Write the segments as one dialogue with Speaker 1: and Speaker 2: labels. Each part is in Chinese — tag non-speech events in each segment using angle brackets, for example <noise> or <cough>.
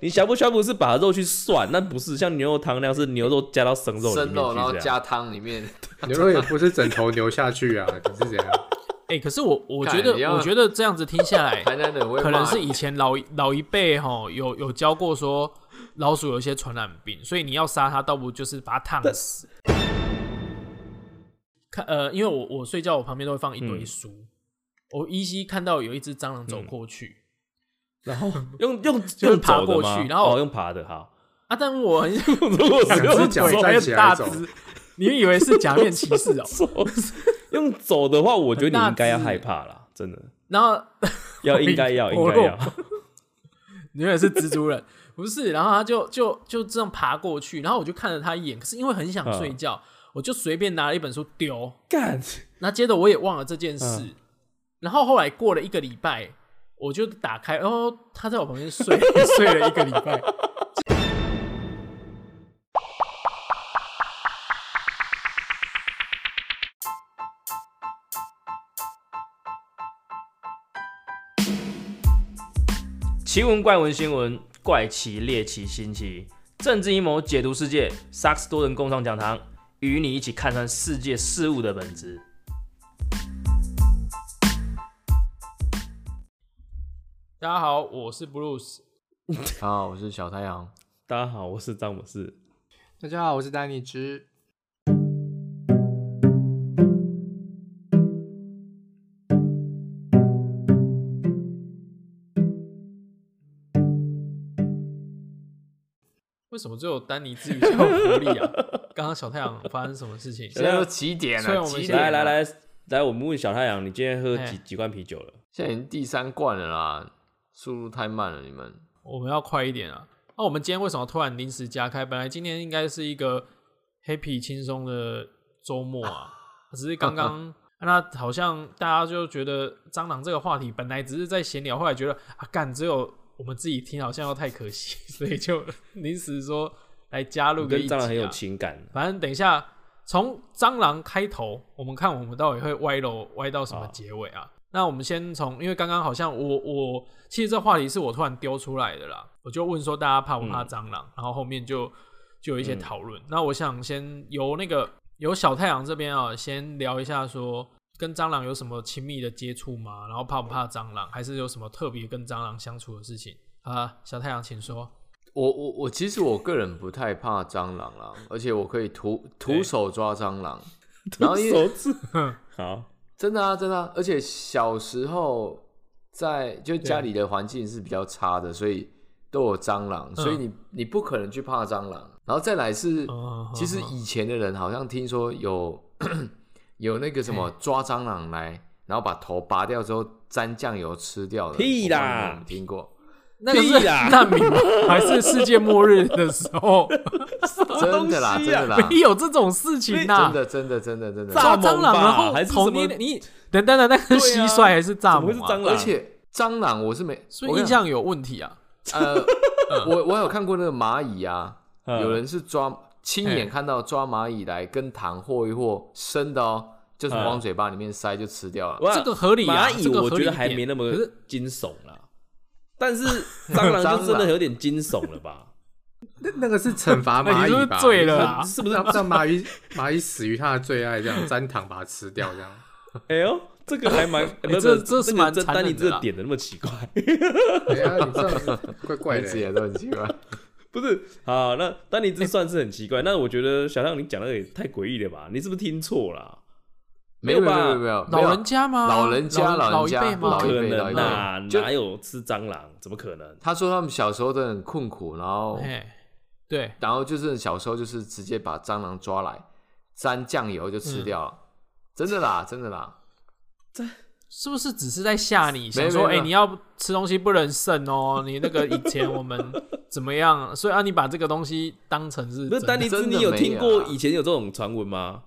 Speaker 1: 你呷哺呷哺是把肉去涮，那不是像牛肉汤那样是牛肉加到生肉里
Speaker 2: 生
Speaker 1: 面
Speaker 2: 肉然后
Speaker 1: 去这样。
Speaker 2: 加汤里面， <laughs>
Speaker 3: <laughs> 牛肉也不是整头牛下去啊， <laughs> 你是怎样？
Speaker 4: 哎、可是我我
Speaker 2: 干
Speaker 4: 觉得
Speaker 2: 你要
Speaker 4: 我觉得这样子听下来，
Speaker 2: 台南人会骂
Speaker 4: 可能是以前老一老一辈哈有有教过说老鼠有一些传染病，所以你要杀它，倒不如就是把它烫死。看呃，因为我我睡觉我旁边都会放一堆
Speaker 1: 嗯
Speaker 4: 书，我依稀看到有一只蟑螂
Speaker 3: 嗯
Speaker 4: 走过去、
Speaker 1: 然后用用
Speaker 4: 是
Speaker 1: 用
Speaker 4: 爬
Speaker 1: 走的
Speaker 4: 过
Speaker 1: 吗
Speaker 4: 去然后
Speaker 1: 哦用爬的好。 <laughs>
Speaker 4: 啊，但
Speaker 3: <laughs>
Speaker 4: 我很想
Speaker 1: 如果是
Speaker 3: 两
Speaker 1: 用
Speaker 3: 只脚
Speaker 1: 走
Speaker 3: 站
Speaker 4: 很
Speaker 3: 起来
Speaker 4: 大
Speaker 3: 走
Speaker 4: 只，你以为是假面骑士
Speaker 3: <laughs>
Speaker 4: 哦、
Speaker 1: 走用走的话，我觉得你
Speaker 4: 很大
Speaker 1: 应该要
Speaker 4: 只
Speaker 1: 害怕啦，真的
Speaker 4: 然后
Speaker 1: 要
Speaker 4: 我
Speaker 1: 应该要应
Speaker 4: 我
Speaker 1: 该要。
Speaker 4: 你以为是蜘蛛人， <laughs> 不是？然后他就就就这样爬过去，然后我就看了他一眼，可是因为很想睡觉，我就随便拿了一本书丢，
Speaker 1: <laughs> 干，
Speaker 4: 那接着我也忘了这件事，然后后来过了一个礼拜，我就打开，哦，他在我旁边睡 <laughs> 睡了一个礼拜。
Speaker 5: 奇闻怪闻新闻，怪奇猎奇新奇，政治阴谋解读世界，萨克斯多人共创讲堂，与你一起看穿世界事物的本质。
Speaker 4: 大家好，我是 Bruce。
Speaker 2: 好，我是小太阳。
Speaker 1: 大家好，我是詹姆斯。
Speaker 3: 大家好，我是丹尼之。
Speaker 4: 为什么只有丹尼之语才有活力啊？刚刚小太阳发生什么事情？
Speaker 2: 现在都几点
Speaker 4: 虽
Speaker 2: 了？
Speaker 4: 然啊我们
Speaker 2: 几
Speaker 4: 现在
Speaker 2: 点
Speaker 1: 来
Speaker 2: 了？
Speaker 1: 来来来，我们问小太阳，你今天
Speaker 5: 哎
Speaker 1: 喝
Speaker 4: 嘿
Speaker 1: 几几罐啤酒了？
Speaker 2: 现在已经第三罐了啦，速度太慢了，你们。
Speaker 4: 我们要快一点啊！那、我们今天为什么突然临时加开？本来今天应该是一个 happy 轻松的周末啊，只是刚
Speaker 1: <laughs>
Speaker 4: 刚啊那好像大家就觉得蟑螂这个话题本来只是在闲聊，后来觉得啊，干只有我们自己听好像又太可惜，所以就临时说来加入
Speaker 1: 我
Speaker 4: 个
Speaker 1: 跟
Speaker 4: 一集、
Speaker 1: 蟑
Speaker 4: 啊、
Speaker 1: 螂很有情感。
Speaker 4: 反正等一下从蟑螂开头，我们看我们到底会歪楼歪到什么结尾啊？那我们先从，因为刚刚好像我我其实这话题是我突然丢出来的啦，我就问说大家怕不怕蟑螂，然后后面就就有一些讨论。那我想先由那个由小太阳这边啊，先聊一下说跟蟑螂有什么亲密的接触吗？然后怕不怕蟑螂，还是有什么特别跟蟑螂相处的事情啊？小太阳，请说。
Speaker 2: 我我我其实我个人不太怕蟑螂啦，而且我可以徒徒手抓蟑螂，
Speaker 4: <laughs>
Speaker 2: 然后因为
Speaker 1: 手指好，
Speaker 2: 真的啊真的啊，而且小时候在就家里的环境是比较差的，所以都有蟑螂，所以你你不可能去怕蟑螂。然后再来是，
Speaker 4: 嗯
Speaker 2: 其实以前的人好像听说有 <clears throat> 有那个什么抓蟑螂来，然后把头拔掉之后沾酱油吃掉的，
Speaker 1: 屁啦
Speaker 2: 我不知道你有没有听过。
Speaker 4: 那个是
Speaker 1: 屁啦
Speaker 4: <laughs> 难民吗？还是世界末日的时候？
Speaker 2: 真的啦，
Speaker 1: 东
Speaker 2: 真
Speaker 1: 西啊
Speaker 2: 的啦，
Speaker 4: 没有这种事情呐、
Speaker 2: 真的真的真的真的。
Speaker 4: 抓
Speaker 1: 蚱蜢
Speaker 4: 蟑螂，
Speaker 1: 吧
Speaker 4: 然后
Speaker 1: 还是
Speaker 4: 头
Speaker 1: 什么
Speaker 4: 你你等等等，那个
Speaker 1: 对啊
Speaker 4: 是蟋蟀还是蚱
Speaker 1: 怎么会是
Speaker 4: 蜢、
Speaker 1: 蟑
Speaker 4: 啊？
Speaker 1: 螂？
Speaker 2: 而且蟑螂我是没，
Speaker 4: 所
Speaker 2: 我
Speaker 4: 以
Speaker 2: 跟
Speaker 4: 印
Speaker 2: 你讲
Speaker 4: 象有问题啊。
Speaker 2: 呃，我我有看过那个蚂蚁啊，
Speaker 1: 嗯
Speaker 2: 有人是抓亲
Speaker 4: 嘿
Speaker 2: 眼看到抓蚂蚁来跟糖和一和，生的哦，就是
Speaker 1: 嗯
Speaker 2: 往嘴巴里面塞就吃掉了。
Speaker 1: 哇
Speaker 4: 这个合理啊
Speaker 1: 蚂蚁
Speaker 4: 这个合
Speaker 1: 我觉
Speaker 4: 理
Speaker 1: 得还没那么
Speaker 4: 一点可是
Speaker 1: 惊悚啊啦，但
Speaker 4: <laughs>
Speaker 1: 是蟑螂就真的有点惊悚了吧？
Speaker 3: 那那个是惩罚蚂 <laughs>
Speaker 4: 你
Speaker 3: 蚁
Speaker 4: 是不
Speaker 3: 吧？
Speaker 4: 是醉了啊
Speaker 1: <laughs>
Speaker 3: 让
Speaker 1: 是不是
Speaker 3: 让让蚂蚁 <laughs> 蚂蚁死于它的最爱，这样沾糖把它吃掉，这 <laughs> 样。
Speaker 1: 哎呦，这个还蛮，不
Speaker 4: 哎这
Speaker 1: 不
Speaker 4: 这是
Speaker 1: 个
Speaker 4: 蛮
Speaker 1: 这
Speaker 4: 残
Speaker 1: 但你
Speaker 4: 忍的
Speaker 1: 这
Speaker 4: 啦
Speaker 1: 个点的那么奇怪。
Speaker 3: 哎呀，你这样子怪怪
Speaker 2: 名字
Speaker 1: 啊
Speaker 3: 的。
Speaker 2: 也都很奇怪，
Speaker 1: 不是好，那丹尼这算是很奇怪。那我觉得小亮你讲的也太诡异了吧？你是不是听错啊啦？
Speaker 2: 没有
Speaker 1: 没
Speaker 2: 没
Speaker 1: 有吧
Speaker 2: 有没有，没有
Speaker 4: 老人家吗？
Speaker 2: 老人家
Speaker 4: 老
Speaker 2: 老
Speaker 4: 一
Speaker 2: 人家
Speaker 4: 辈吗？
Speaker 2: 老
Speaker 1: 不
Speaker 2: 一辈
Speaker 1: 可
Speaker 2: 老
Speaker 1: 能
Speaker 2: 一
Speaker 1: 啦，
Speaker 2: 辈就
Speaker 1: 哪有吃蟑螂？怎么可能？
Speaker 2: 他说他们小时候都很困苦，然后
Speaker 4: 哎，对，
Speaker 2: 然后就是小时候就是直接把蟑螂抓来沾酱油就吃掉了，真的啦，真的啦。
Speaker 4: 是不是只是在吓你？想
Speaker 2: 没
Speaker 4: 说，
Speaker 2: 没
Speaker 4: 哎、
Speaker 2: 没
Speaker 4: 你要吃东西不能剩哦，你那个以前我们怎么样？ <laughs> 所以啊，你把这个东西当成是
Speaker 1: 不是丹
Speaker 4: 真的
Speaker 1: 尼兹，
Speaker 2: 真的
Speaker 1: 你有
Speaker 2: 没
Speaker 1: 听
Speaker 2: 有
Speaker 1: 过
Speaker 2: 啊
Speaker 1: 以前有这种传闻吗？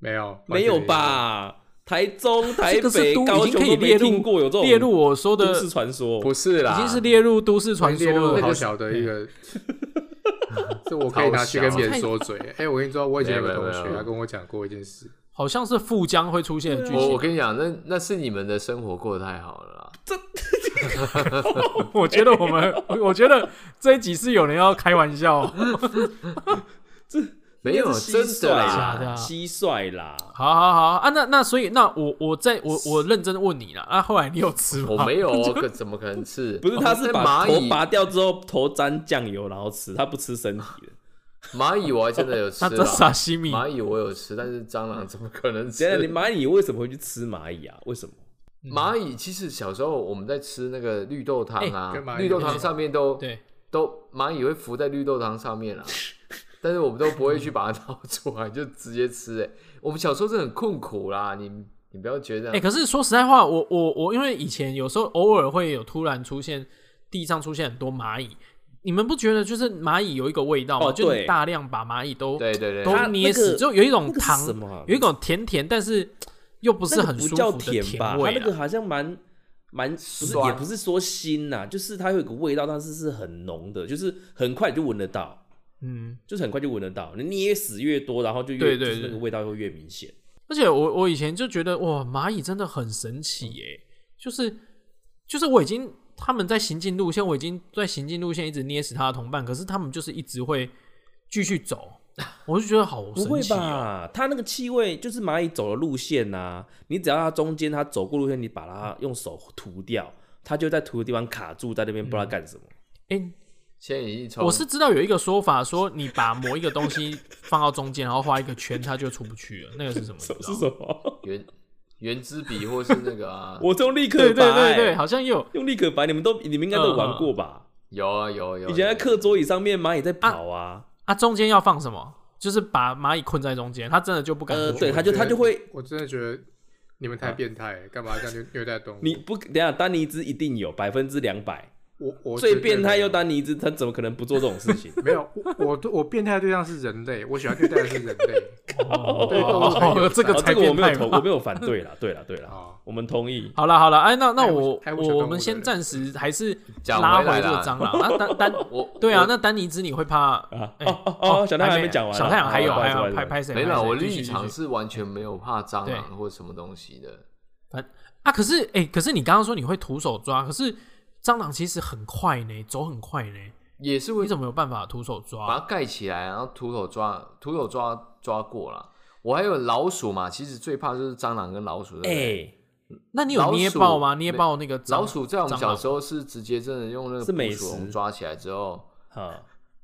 Speaker 3: 没有，
Speaker 1: 没有？吧？台中、台
Speaker 4: 这个是
Speaker 1: 北、
Speaker 4: 都
Speaker 1: 高
Speaker 4: 已
Speaker 1: 雄
Speaker 4: 经可以
Speaker 1: 都
Speaker 4: 列
Speaker 1: 没
Speaker 4: 入
Speaker 1: 听过有这种
Speaker 4: 列入我说的，
Speaker 1: 都市
Speaker 4: 已
Speaker 1: 传说。啊
Speaker 2: 不是啦，
Speaker 4: 经是列入都市传说
Speaker 3: 列入
Speaker 4: 了。
Speaker 3: 好小的一个，哎 <laughs> 这我可以拿去跟别人说嘴。哎，我跟你说，我以前有个同
Speaker 2: 没有没有
Speaker 3: 学，
Speaker 2: 没有
Speaker 3: 他跟我讲过一件事。
Speaker 4: 好像是富江会出现的剧
Speaker 1: 啊
Speaker 2: 我
Speaker 4: 情
Speaker 2: 我。跟你讲，那那是你们的生活过得太好了啦。
Speaker 4: <laughs> 我觉得我们，我觉得这一集是有人要开
Speaker 1: <laughs>
Speaker 4: 玩笑。
Speaker 2: 没有
Speaker 1: 那是蟋
Speaker 2: 真
Speaker 1: 蟀
Speaker 2: 的
Speaker 4: 假的
Speaker 2: 啦，
Speaker 4: 啊
Speaker 1: 蟋蟀啦，
Speaker 4: 好好好啊，那那所以那我我再我我认真地问你了，啊，后来你有吃吗？
Speaker 2: 我没有哦，可怎么可能吃？
Speaker 1: <laughs> 不是，他是
Speaker 2: 那
Speaker 1: 把
Speaker 2: 蚂
Speaker 1: 头
Speaker 2: 蚁，
Speaker 1: 拔掉之后头沾酱油然后吃，他不吃身体的。
Speaker 2: 蚂蚁我还真的有
Speaker 1: 啊
Speaker 2: 吃
Speaker 4: 那这
Speaker 2: 啦。
Speaker 4: 沙西米，
Speaker 2: 蚂蚁我有吃，但是蟑螂怎么可能吃
Speaker 1: <laughs> 等一？下你蚂蚁为什么会去吃蚂蚁啊？为什么？
Speaker 4: 嗯
Speaker 2: 蚂蚁其实小时候我们在吃那个绿豆汤啊
Speaker 3: 哎跟蚂，蚁
Speaker 2: 绿豆汤上面都
Speaker 4: 对，
Speaker 2: 都蚂蚁会浮在绿豆汤上面啊，
Speaker 1: <laughs>
Speaker 2: 但是我们都不会去把它捞出来，就直接吃、哎，我们小时候是很困苦啦，你你不要觉得啊
Speaker 4: 哎、，可是说实在话，我我我，因为以前有时候偶尔会有突然出现地上出现很多蚂蚁，你们不觉得就是蚂蚁有一个味道吗？
Speaker 1: 哦
Speaker 4: 就
Speaker 1: 对
Speaker 4: 你大量把蚂蚁都
Speaker 2: 对对
Speaker 4: 都
Speaker 2: 对，
Speaker 1: 它
Speaker 4: 捏
Speaker 1: 那
Speaker 4: 死，
Speaker 1: 个
Speaker 4: 就有一种
Speaker 1: 那个是
Speaker 4: 糖，
Speaker 1: 什么啊
Speaker 4: 有一种甜甜，但是又不是
Speaker 1: 那个
Speaker 4: 很
Speaker 1: 不
Speaker 4: 舒
Speaker 1: 叫
Speaker 4: 服的
Speaker 1: 吧？它
Speaker 4: 味啊
Speaker 1: 那
Speaker 4: 啦
Speaker 1: 个。好像蛮蛮不是，
Speaker 2: 酸
Speaker 1: 也不是说腥呐、就是它有一个味道，但是是很浓的，就是很快你就闻得到，
Speaker 4: 嗯，
Speaker 1: 就是很快就闻得到。你捏死越多，然后就越
Speaker 4: 对对
Speaker 1: 就是那
Speaker 4: 对
Speaker 1: 个味道会越明显。
Speaker 4: 而且我我以前就觉得哇，蚂蚁真的很神奇耶、就是就是我已经他们在行进路线，我已经在行进路线一直捏死他的同伴，可是他们就是一直会继续走，我就觉得好神奇、哦
Speaker 1: 不会？吧？它那个气味就是蚂蚁走的路线呐、你只要它中间它走过路线，你把它用手涂掉，它就在涂的地方卡住，在那边不知道干什么。
Speaker 4: 哎、
Speaker 2: 现在已经从
Speaker 4: 我是知道有一个说法，说你把某一个东西放到中间，然后画一个圈，它就出不去了。那个是什么？你知
Speaker 1: 是什
Speaker 4: 道吗
Speaker 1: 么？，
Speaker 2: 圆圆珠笔或是那个啊
Speaker 4: <laughs>
Speaker 1: 我用立可白、
Speaker 4: 对对对对，好像也有
Speaker 1: 用立可白，你们都你们应该都有玩过吧？
Speaker 2: 有啊有啊有啊，
Speaker 1: 以前在课桌椅上面，蚂蚁在跑啊，
Speaker 4: 啊，中间要放什么？就是把蚂蚁困在中间，它真的就不敢
Speaker 1: 呃，
Speaker 4: 过去。
Speaker 1: 对，它就
Speaker 3: 觉
Speaker 1: 它
Speaker 3: 得
Speaker 1: 就会，
Speaker 3: 我真的觉得你们太变态了，干嘛这样虐虐待动物？
Speaker 1: 你不等一下丹尼兹一定有百分之两百，
Speaker 3: 我我
Speaker 1: 最
Speaker 3: 绝对
Speaker 1: 变态
Speaker 3: 没有
Speaker 1: 又丹尼兹，他怎么可能不做这种事情？
Speaker 3: <laughs> 没有，我我对我变态的对象是人类，我喜欢虐待的是人类。 <laughs>
Speaker 4: 哦
Speaker 3: 对动物才有
Speaker 4: 这个
Speaker 1: <laughs> 哦
Speaker 4: 才
Speaker 1: 这个我
Speaker 4: 变
Speaker 1: 没有
Speaker 4: 态
Speaker 1: 同
Speaker 4: 嘛
Speaker 1: 我没有反对啦，对啦对啦
Speaker 2: 哦
Speaker 3: 好，
Speaker 1: 我们同意。
Speaker 4: 好了好了，哎，那那
Speaker 3: 太不
Speaker 4: 我
Speaker 3: 太不喜欢
Speaker 4: 我
Speaker 3: 动物
Speaker 4: 们
Speaker 3: 的
Speaker 4: 先
Speaker 3: 人
Speaker 4: 暂时还是
Speaker 2: 讲
Speaker 4: 拉
Speaker 2: 回来
Speaker 4: 这个
Speaker 2: 啦
Speaker 4: 蟑螂啊，丹丹，
Speaker 2: <laughs> 我
Speaker 4: 对啊
Speaker 2: 我，
Speaker 4: 那丹尼兹你会怕
Speaker 1: 啊
Speaker 4: 哎
Speaker 1: 哦哦哦小太阳还没讲完啊
Speaker 4: 小太阳还有
Speaker 1: 哦不好
Speaker 4: 还
Speaker 1: 意思不好意
Speaker 4: 有
Speaker 1: 思
Speaker 4: 拍拍谁？
Speaker 2: 没
Speaker 4: 拍
Speaker 2: 有，
Speaker 4: 谁
Speaker 2: 我
Speaker 4: 继续
Speaker 2: 立
Speaker 4: 继
Speaker 2: 场
Speaker 4: 续
Speaker 2: 是完全没有怕蟑
Speaker 4: 对
Speaker 2: 螂或什么东西的，
Speaker 4: 啊，可是哎、可是你刚刚说你会徒手抓，可是蟑螂其实很快呢，走很快呢，
Speaker 2: 也是
Speaker 4: 你
Speaker 2: 会
Speaker 4: 怎么有办法徒手
Speaker 2: 把
Speaker 4: 抓？
Speaker 2: 它盖起来，然后徒手抓徒手抓抓过啦。我还有老鼠嘛，其实最怕就是蟑螂跟老鼠，对不
Speaker 1: 哎、
Speaker 2: 对？
Speaker 4: 那你有
Speaker 2: 老
Speaker 4: 捏
Speaker 2: 鼠
Speaker 4: 爆吗？捏
Speaker 2: 没
Speaker 4: 爆那个蟑
Speaker 2: 老鼠在我们
Speaker 4: 蟑
Speaker 2: 小
Speaker 4: 螂
Speaker 2: 时候是直接真的用那个
Speaker 1: 是美
Speaker 2: 捕鼠笼
Speaker 1: 食嗯
Speaker 2: 抓起来之后
Speaker 1: 啊，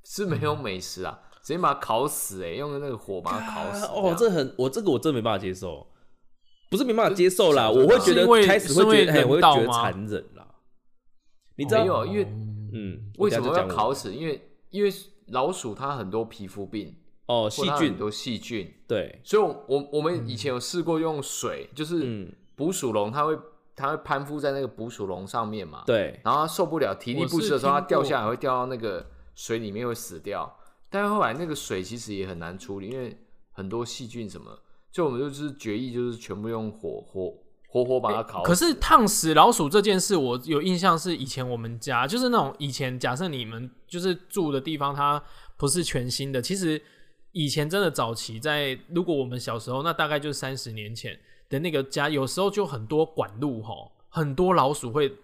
Speaker 2: 是没有美食啊，直接把它烤死哎、欸，用那个火把它烤死
Speaker 1: 啊哦，这
Speaker 2: 这样
Speaker 1: 很我这个我真没办法接受，不是没办法接受啦，我
Speaker 2: 就
Speaker 1: 会觉
Speaker 2: 是
Speaker 4: 是因为
Speaker 1: 得开始会觉
Speaker 4: 是因为
Speaker 1: 得哎，我会
Speaker 4: 人道
Speaker 1: 觉得
Speaker 4: 吗
Speaker 1: 残忍啦。你知道
Speaker 2: 没有，因为
Speaker 4: 哦
Speaker 1: 嗯，我
Speaker 2: 为
Speaker 1: 等
Speaker 2: 什
Speaker 1: 一下就
Speaker 2: 么要
Speaker 1: 讲我
Speaker 2: 烤死？因为因为老鼠它很多皮肤病，
Speaker 1: 哦，
Speaker 2: 或
Speaker 1: 细
Speaker 2: 它很
Speaker 1: 菌
Speaker 2: 多细菌，
Speaker 1: 对，
Speaker 2: 所以我我我们以前有试过用水，就是
Speaker 1: 嗯
Speaker 2: 捕鼠笼，它会它会攀附在那个捕鼠笼上面嘛，
Speaker 1: 对，
Speaker 2: 然后它受不了体力
Speaker 4: 我
Speaker 2: 不
Speaker 4: 是
Speaker 2: 支的时候，它
Speaker 4: 听
Speaker 2: 掉
Speaker 4: 过
Speaker 2: 下来会掉到那个水里面会死掉。但后来那个水其实也很难处理，因为很多细菌什么，就我们就是决议就是全部用火火活活把它烤死。
Speaker 4: 可是烫死老鼠这件事，我有印象是以前我们家就是那种以前假设你们就是住的地方它不是全新的，其实以前真的早期在如果我们小时候，那大概就是三十年前的那个家，有时候就很多管路吼，很多老鼠会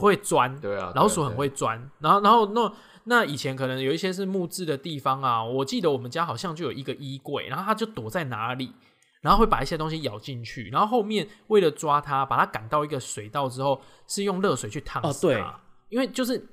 Speaker 4: 会钻，
Speaker 2: 对啊，
Speaker 4: 老鼠很
Speaker 2: 对啊
Speaker 4: 会钻，然后然后那那以前可能有一些是木质的地方啊，我记得我们家好像就有一个衣柜，然后它就躲在哪里，然后会把一些东西咬进去，然后后面为了抓它，把它赶到一个水道之后，是用热水去烫
Speaker 1: 哦
Speaker 4: 死它，啊
Speaker 1: 对
Speaker 4: 因为就是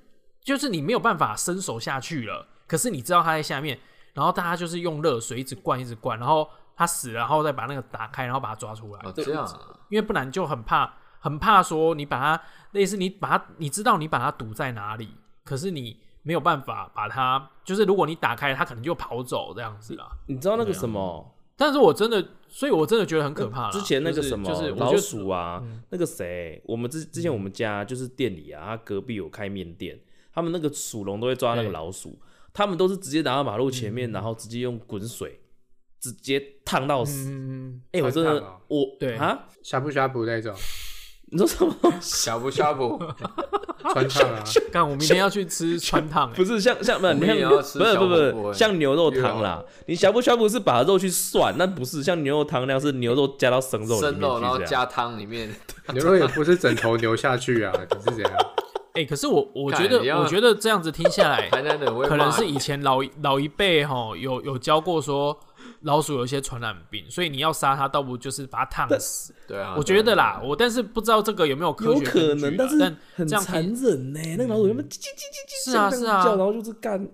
Speaker 4: 就是你没有办法伸手下去了，可是你知道它在下面，然后大家就是用热水一直灌一直灌，然后它死了，然后再把那个打开，然后把它抓出来。
Speaker 2: 对哦这样啊
Speaker 4: 因为不然就很怕，很怕说你把它类似你把它，你知道你把它堵在哪里，可是你没有办法把它，就是如果你打开，它可能就跑走这样子啦。
Speaker 1: 你知道那个什么？
Speaker 4: 但是我真的，所以我真的觉得很可怕啦。
Speaker 1: 之前那个什么、
Speaker 4: 就是、就是我觉得嗯
Speaker 1: 老鼠啊，那个谁，我们之之前我们家就是店里啊，他隔壁有开面店，他们那个鼠笼都会抓那个
Speaker 4: 对嗯
Speaker 1: 老鼠，他们都是直接拿到马路前面，然后直接用滚水直接烫到死。
Speaker 4: 嗯，
Speaker 1: 哎、我真
Speaker 3: 很烫
Speaker 1: 的
Speaker 3: 哦，
Speaker 1: 我
Speaker 4: 对
Speaker 1: 啊，
Speaker 3: 呷哺呷哺那种，
Speaker 1: 你说
Speaker 4: <laughs>
Speaker 1: 什么？
Speaker 2: 小不小不，
Speaker 3: 穿烫啊，
Speaker 4: 干，我明天要
Speaker 1: <laughs>
Speaker 4: 去吃川烫、欸
Speaker 1: 不，是像像不是
Speaker 2: 我
Speaker 1: 你
Speaker 2: 们
Speaker 1: 像
Speaker 2: 也
Speaker 1: 牛
Speaker 2: 要
Speaker 1: 不
Speaker 2: 吃
Speaker 1: 是不
Speaker 2: 小
Speaker 1: 是
Speaker 2: 火
Speaker 1: 不
Speaker 2: 锅啊
Speaker 1: 是像牛肉汤啦，你呷哺呷哺是把肉去涮，那不是像牛肉汤那样是牛肉加到生肉里面
Speaker 2: 生
Speaker 1: 去
Speaker 2: 肉然后
Speaker 1: 这样。
Speaker 2: 加汤里面，
Speaker 3: 牛肉也不是整头牛下去啊，你是怎样？
Speaker 4: 哎、可是我我觉
Speaker 2: 干你
Speaker 4: 得，
Speaker 2: 要
Speaker 4: 我觉得这样子听下来，
Speaker 2: 台南人会
Speaker 4: 可能是
Speaker 2: 以
Speaker 4: 以前老一老一辈哈有有教过说老鼠有一些传染病，所以你要杀它，倒不如就是把它烫死。
Speaker 2: 对啊，
Speaker 4: 我觉得啦，我但是不知道这个有没有科
Speaker 1: 有
Speaker 4: 学
Speaker 1: 可
Speaker 4: 根据
Speaker 1: 能，
Speaker 4: 啦
Speaker 1: 但是
Speaker 4: 但
Speaker 1: 很
Speaker 4: 这样
Speaker 1: 残
Speaker 4: 听
Speaker 1: 忍呢、那个老鼠他妈叽叽叽叽叽
Speaker 4: 是啊
Speaker 1: 这样
Speaker 4: 是啊
Speaker 1: 叫，然后就是干，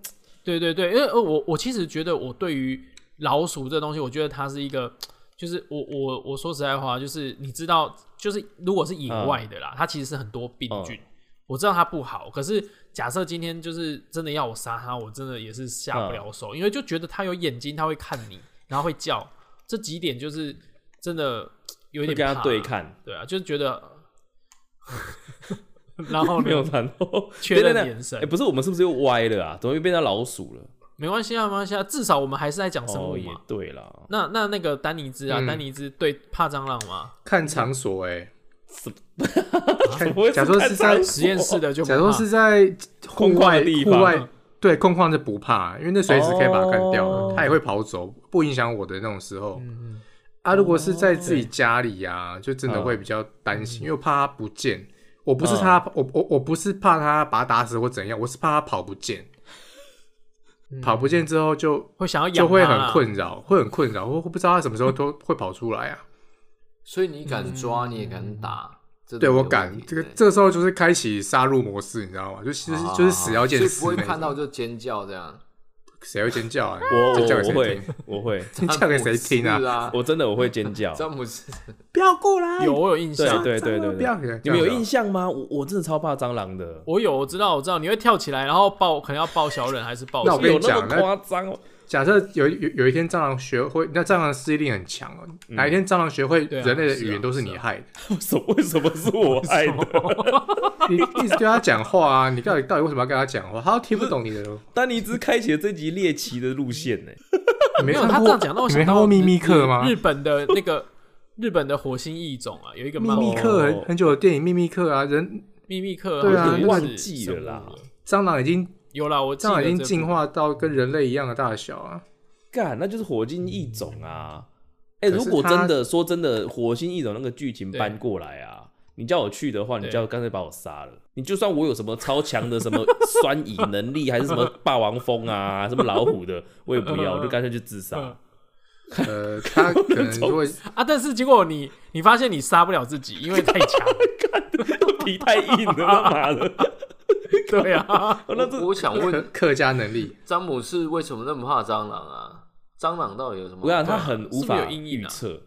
Speaker 4: 对对对，因为呃我我其实觉得我对于老鼠这东西，我觉得它是一个，就是我我我说实在话，就是你知道，就是如果是野外的啦，
Speaker 1: 嗯
Speaker 4: 它其实是很多病菌，我知道它不好，可是假设今天就是真的要我杀它，我真的也是下不了
Speaker 1: 嗯
Speaker 4: 手，因为就觉得它有眼睛，它会看你，然后会叫，这几点就是真的有一
Speaker 1: 会
Speaker 4: 点
Speaker 1: 跟
Speaker 4: 怕
Speaker 1: 他对，看，
Speaker 4: 对啊，就是觉得， <laughs> 然后呢
Speaker 1: 没有然后
Speaker 4: 确认
Speaker 1: 对对对
Speaker 4: 眼神
Speaker 1: 哎、不是我们是不是又歪了啊？怎么又变成老鼠了？
Speaker 4: 没关系啊，没关系啊，至少我们还是在讲生物
Speaker 1: 哦，
Speaker 4: 嘛。
Speaker 1: 也对啦，
Speaker 4: 那那那个丹尼兹啊，
Speaker 3: 嗯
Speaker 4: 丹尼兹对怕蟑螂吗？
Speaker 3: 看场所哎、
Speaker 1: <laughs> 怎么会
Speaker 3: 假说
Speaker 1: 看
Speaker 3: 是在
Speaker 1: 老鼠
Speaker 4: 实验室的就不怕
Speaker 3: 哎哦假如是在户
Speaker 1: 空旷
Speaker 3: 外
Speaker 1: 的地
Speaker 3: 户
Speaker 1: 方
Speaker 3: 外对空旷就不怕，因为那随时可以把它干掉，
Speaker 1: 哦
Speaker 3: 它也会跑走，不影响我的那种时候。啊，如果是在自己家里啊，就真的会比较担心，因为我怕它不见。我不是它，我我我不是怕它把它打死或怎样，我是怕它跑不见。跑不见之后就
Speaker 4: 会想要养
Speaker 3: 就会
Speaker 4: 它
Speaker 3: 很
Speaker 4: 啦，
Speaker 3: 困扰，会很困扰，会会不知道它什么时候都会跑出来啊。
Speaker 2: 所以你敢抓，
Speaker 4: 嗯
Speaker 2: 你也敢打，这
Speaker 3: 对
Speaker 2: 都没
Speaker 3: 我
Speaker 2: 有
Speaker 3: 敢
Speaker 2: 问题，欸
Speaker 3: 这个
Speaker 2: 对
Speaker 3: 这个时候就是开启杀戮模式，你知道吗？就是
Speaker 2: 好好好
Speaker 3: 就是死要见死
Speaker 2: 所以不会
Speaker 3: 那
Speaker 2: 看
Speaker 3: 种
Speaker 2: 到，就尖叫这
Speaker 3: <laughs>
Speaker 2: 样，
Speaker 3: 谁会尖叫啊？
Speaker 1: 我
Speaker 3: <laughs> 尖叫
Speaker 1: 我
Speaker 3: 给
Speaker 1: 我
Speaker 3: 谁
Speaker 1: 会
Speaker 3: 听？
Speaker 1: 我会，
Speaker 3: 尖 <laughs> 叫给谁听
Speaker 2: 詹姆斯
Speaker 3: 啊？
Speaker 2: 啊？
Speaker 1: 我真的我会尖叫。
Speaker 2: 詹姆斯，
Speaker 3: 不要过来！
Speaker 4: 有我有印
Speaker 1: 对
Speaker 4: 象，
Speaker 1: 啊对对对
Speaker 3: 啊不要
Speaker 1: 对，
Speaker 3: 给人
Speaker 1: 你们有
Speaker 3: 这样
Speaker 1: 印
Speaker 3: 子
Speaker 1: 象吗？我我真的超怕蟑螂的，
Speaker 4: 我有我知道我知道，你会跳起来，然后抱可能要抱小人还是抱
Speaker 3: 那我
Speaker 4: 谁
Speaker 3: 跟
Speaker 1: 有
Speaker 3: 你
Speaker 1: 那
Speaker 3: 讲
Speaker 1: 么夸张哦？ <laughs>
Speaker 3: 啊？假设有有有一天蟑螂学会，那蟑螂适应力很强哦。
Speaker 1: 嗯
Speaker 3: 哪一天蟑螂学会
Speaker 4: 对啊
Speaker 3: 人类的
Speaker 4: 是啊
Speaker 3: 语言都是你
Speaker 4: 是啊
Speaker 3: 害的，
Speaker 1: 为什么为什么是我爱的？啊
Speaker 3: 你一直对它讲话啊，你到底到底为什么要跟它讲话？它都听不懂你的。
Speaker 1: 丹尼兹开启了这集猎奇的路线呢、
Speaker 3: 你没
Speaker 4: 没有
Speaker 3: 看
Speaker 4: 他这
Speaker 3: 过
Speaker 4: 样讲，让我
Speaker 3: 你没
Speaker 4: 想
Speaker 3: 看
Speaker 4: 到
Speaker 3: 过秘密课吗
Speaker 4: 日？本的那个日本的火星异种啊，有一个
Speaker 3: 秘
Speaker 4: 漫
Speaker 3: 密
Speaker 4: 画
Speaker 3: 课
Speaker 1: 哦
Speaker 3: 很很久的电影，秘密课啊，人
Speaker 4: 秘密课，
Speaker 3: 对啊
Speaker 4: 好像也是
Speaker 1: 忘记了啦
Speaker 4: 生物的
Speaker 3: 蟑螂已经
Speaker 4: 有啦，我记
Speaker 3: 蟑
Speaker 4: 得
Speaker 3: 螂已经
Speaker 4: 这部
Speaker 3: 进化到跟人类一样的大小啊。
Speaker 1: 干，那就是火星异种
Speaker 4: 嗯
Speaker 1: 啊！哎、
Speaker 3: 可是
Speaker 1: 如果
Speaker 3: 它
Speaker 1: 真的说真的，火星异种那个剧情
Speaker 4: 对
Speaker 1: 搬过来啊，你叫我去的话，你
Speaker 4: 对
Speaker 1: 叫干脆把我杀了。你就算我有什么超强的什么酸瘾能力，还是什么霸王风啊，什么老虎的，我也不要，我就干脆去自杀 <laughs>
Speaker 4: 嗯。
Speaker 3: 呃，
Speaker 4: <laughs>
Speaker 3: 它可能就会
Speaker 4: 啊，但是结果你你发现你杀不了自己，因为太强了，
Speaker 1: 皮太硬了，他妈的！
Speaker 4: <laughs> 对啊，
Speaker 1: 哦那这
Speaker 2: 我我想
Speaker 3: 客
Speaker 2: 问
Speaker 3: 客家能力。
Speaker 2: 詹姆斯为什么那么怕蟑螂啊？蟑螂到底有什么？
Speaker 1: 我啊想他很无
Speaker 4: 是
Speaker 1: 法
Speaker 4: 不是有阴
Speaker 1: 预
Speaker 4: 影啊
Speaker 1: 测，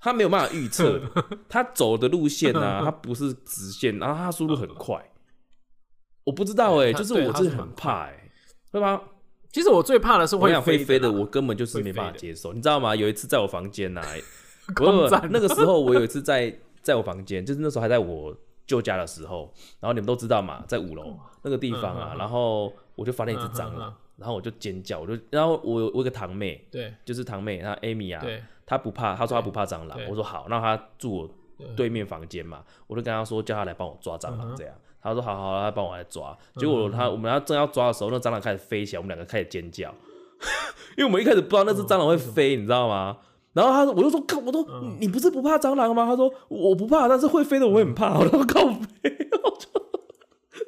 Speaker 1: 他没有办法预
Speaker 4: <laughs>
Speaker 1: 测，他走的路线呢、啊，他不是直线，然后他速度很快，我不知道哎、
Speaker 4: 他
Speaker 1: 就是
Speaker 4: 对
Speaker 1: 我
Speaker 4: 他
Speaker 1: 真的
Speaker 4: 是蛮
Speaker 1: 很怕哎、对吧？
Speaker 4: 其实我最怕的是
Speaker 1: 我
Speaker 4: 会
Speaker 1: 想会飞的，
Speaker 4: 啦
Speaker 1: 我根本就是
Speaker 4: 会
Speaker 1: 没
Speaker 4: 飞
Speaker 1: 办法
Speaker 4: 的
Speaker 1: 接受，你知道吗？有一次在我房间
Speaker 4: <laughs>
Speaker 1: 呐、啊，不
Speaker 4: 空
Speaker 1: 不不
Speaker 4: 战，
Speaker 1: 那个时候我有一次在在我房间，就是那时候还在我舅家的时候，然后你们都知道嘛，在五楼那个地方啊，
Speaker 4: 嗯嗯嗯
Speaker 1: 然后我就发现一只
Speaker 4: 嗯嗯
Speaker 1: 蟑
Speaker 4: 嗯
Speaker 1: 螂，然后我就尖叫，我就然后我有我有个堂妹，
Speaker 4: 对
Speaker 1: 就是堂妹，她 Amy 啊，
Speaker 4: 对
Speaker 1: 她不怕，她说她不怕蟑螂
Speaker 4: 对。
Speaker 1: 我说好，那她住我
Speaker 4: 对
Speaker 1: 对面房间嘛，我就跟她说叫她来帮我抓蟑
Speaker 4: 嗯
Speaker 1: 螂
Speaker 4: 哼嗯
Speaker 1: 这样。她说好好，好她帮我来抓。结果她我们要正要抓的时候，那蟑螂开始飞起来，我们两个开始尖叫， <laughs> 因为我们一开始不知道
Speaker 4: 嗯
Speaker 1: 那只蟑螂会飞，你知道吗？然后她说，我就说，靠我说
Speaker 4: 嗯
Speaker 1: 你不是不怕蟑螂吗？她说我不怕，但是会飞的我很怕。
Speaker 4: 嗯
Speaker 1: 我说靠飞，我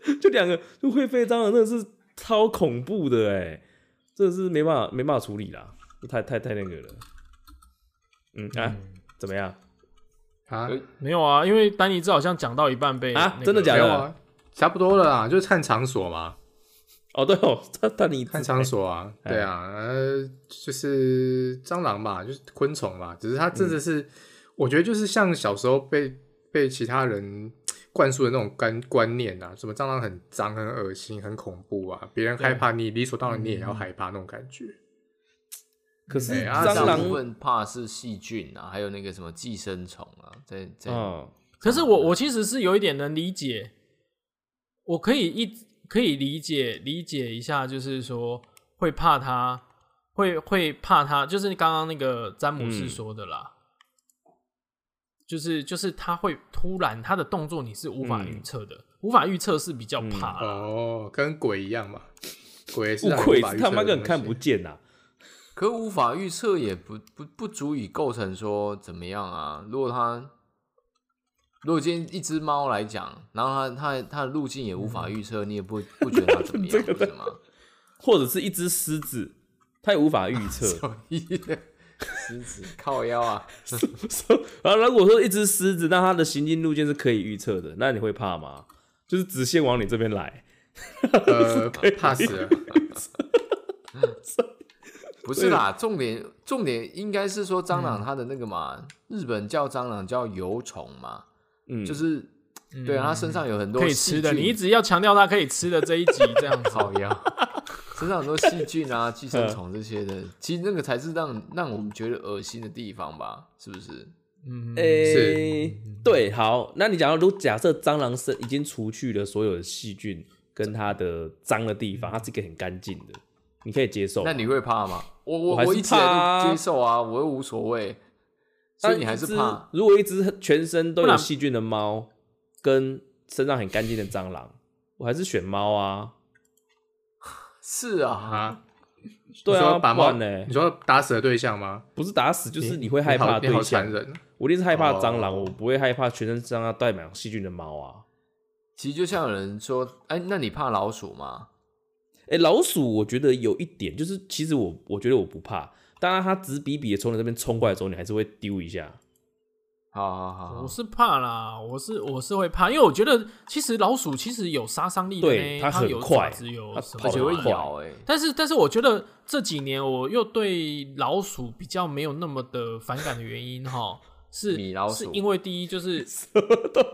Speaker 1: 就就两个就会飞的蟑螂真的是超恐怖的哎、这是没办法没办法处理啦，太太太那个了。嗯啊，怎么样
Speaker 3: 啊，
Speaker 2: 对
Speaker 4: 没有啊，因为丹尼兹好像讲到一半被
Speaker 1: 啊
Speaker 4: 那？个
Speaker 1: 真的假
Speaker 3: 没有
Speaker 1: 的？
Speaker 3: 啊，差不多了啦，就是看场所嘛，
Speaker 1: 哦，对哦，他他你
Speaker 3: 看场所啊，
Speaker 1: 哎
Speaker 3: 对啊，呃，就是蟑螂嘛，就是昆虫嘛，只是它真的是，
Speaker 1: 嗯
Speaker 3: 我觉得就是像小时候被被其他人灌输的那种观观念啊，什么蟑螂很脏、很恶心、很恐怖啊，别人害怕你，理所当然你也要害怕那种感觉。
Speaker 1: 可是
Speaker 3: 哎啊
Speaker 1: 蟑
Speaker 2: 大
Speaker 1: 螂
Speaker 2: 部分怕是细菌啊，还有那个什么寄生虫啊，在在、
Speaker 1: 嗯，
Speaker 4: 可是我我其实是有一点能理解，我可以一可以理解理解一下，就是说会怕他，会会怕他，就是刚刚那个詹姆斯
Speaker 1: 嗯
Speaker 4: 说的啦，就是就是他会突然他的动作你是无
Speaker 1: 嗯
Speaker 4: 法预测的，无法预测是比较怕啦。
Speaker 3: 哦，跟鬼一样嘛，鬼是
Speaker 1: 不
Speaker 3: 啊很
Speaker 1: 愧
Speaker 3: 无法
Speaker 1: 是
Speaker 3: 预
Speaker 1: 他
Speaker 3: 测
Speaker 1: 妈
Speaker 3: 的
Speaker 1: 根本
Speaker 3: 东
Speaker 1: 看
Speaker 3: 西
Speaker 1: 不见啊呐！
Speaker 2: 可无法预测，也不不不足以构成说怎么样啊。如果他如果今天一只猫来讲，然后它它它的路径也无法
Speaker 1: 嗯
Speaker 2: 预测，你也不不觉得它怎
Speaker 1: <laughs>
Speaker 2: 么样，不是吗？
Speaker 1: 或者是一只狮子，它也无法预
Speaker 3: <laughs>
Speaker 1: 测。
Speaker 3: 啊
Speaker 1: <laughs>
Speaker 2: <laughs> 狮子靠腰啊，
Speaker 1: 然啊后如果说一只狮子，那它的行进路径是可以预测的，那你会怕吗？就是直线往你这边来，
Speaker 3: 呃，pass 了，
Speaker 2: 不是啦，重点重点应该是说蟑
Speaker 4: 嗯
Speaker 2: 螂它的那个嘛，日本叫蟑螂叫油虫嘛，
Speaker 1: 嗯，
Speaker 2: 就是对啊，它身上有很多
Speaker 4: 可以吃的，
Speaker 2: 细菌
Speaker 4: 你一直要强调它可以吃的这一集这
Speaker 1: <laughs>
Speaker 4: 样子。
Speaker 2: 烤鸭， <laughs> 身上很多细菌啊、寄
Speaker 4: 嗯
Speaker 2: 生虫这些的，其实那个才是让让我们觉得恶心的地方吧？是不是？
Speaker 4: 嗯，
Speaker 1: 哎诶、
Speaker 3: 嗯
Speaker 1: 对，好，那你讲到，如果假设蟑螂是已经除去了所有的细菌跟它的脏的地方，它是一个很干净的，你可以接受吗。
Speaker 2: 那你会怕吗？我
Speaker 1: 我
Speaker 2: 我
Speaker 1: 还是
Speaker 2: 我一直以来
Speaker 1: 怕
Speaker 2: 都
Speaker 1: 啊
Speaker 2: 接受啊，我又无所谓，所
Speaker 1: 那
Speaker 2: 以你还是
Speaker 1: 一只
Speaker 2: 怕。
Speaker 1: 如果一只全身都
Speaker 4: 不
Speaker 1: 有
Speaker 4: 然
Speaker 1: 细菌的猫跟身上很干净的蟑螂，我还是选猫啊。
Speaker 2: 是
Speaker 1: <laughs>
Speaker 2: 啊，
Speaker 3: 啊，
Speaker 1: 对
Speaker 3: 你
Speaker 1: 啊，
Speaker 3: 说把猫
Speaker 1: 不然呢
Speaker 3: 你？说打死的对象吗？
Speaker 1: 不是打死，就是你会害怕
Speaker 3: 你好你
Speaker 1: 对
Speaker 3: 好残
Speaker 1: 象。
Speaker 3: 忍，啊
Speaker 1: 我一定是害怕蟑螂，
Speaker 3: 哦
Speaker 1: 我不会害怕全身上下带满细菌的猫啊。
Speaker 2: 其实就像有人说，哎，那你怕老鼠吗？
Speaker 1: 哎、老鼠，我觉得有一点就是，其实我我觉得我不怕，当然它直比比的从你这边冲过来的时候，你还是会丢一下。
Speaker 2: 好好好好
Speaker 4: 我，是怕啦，我是我是会怕，因为我觉得其实老鼠其实有杀伤力的
Speaker 1: 对
Speaker 4: 呢，
Speaker 1: 它很
Speaker 4: 有爪
Speaker 1: 快
Speaker 4: 子有
Speaker 1: 它
Speaker 4: 什
Speaker 1: 跑
Speaker 4: 么
Speaker 2: 而
Speaker 1: 得
Speaker 2: 且
Speaker 4: 的
Speaker 2: 会
Speaker 1: 很快
Speaker 2: 咬哎，
Speaker 4: 但是，但是我觉得这几年我又对老鼠比较没有那么的反感的原因，哈，
Speaker 1: <laughs>
Speaker 4: 是
Speaker 2: 米老鼠
Speaker 4: 是因为第一就是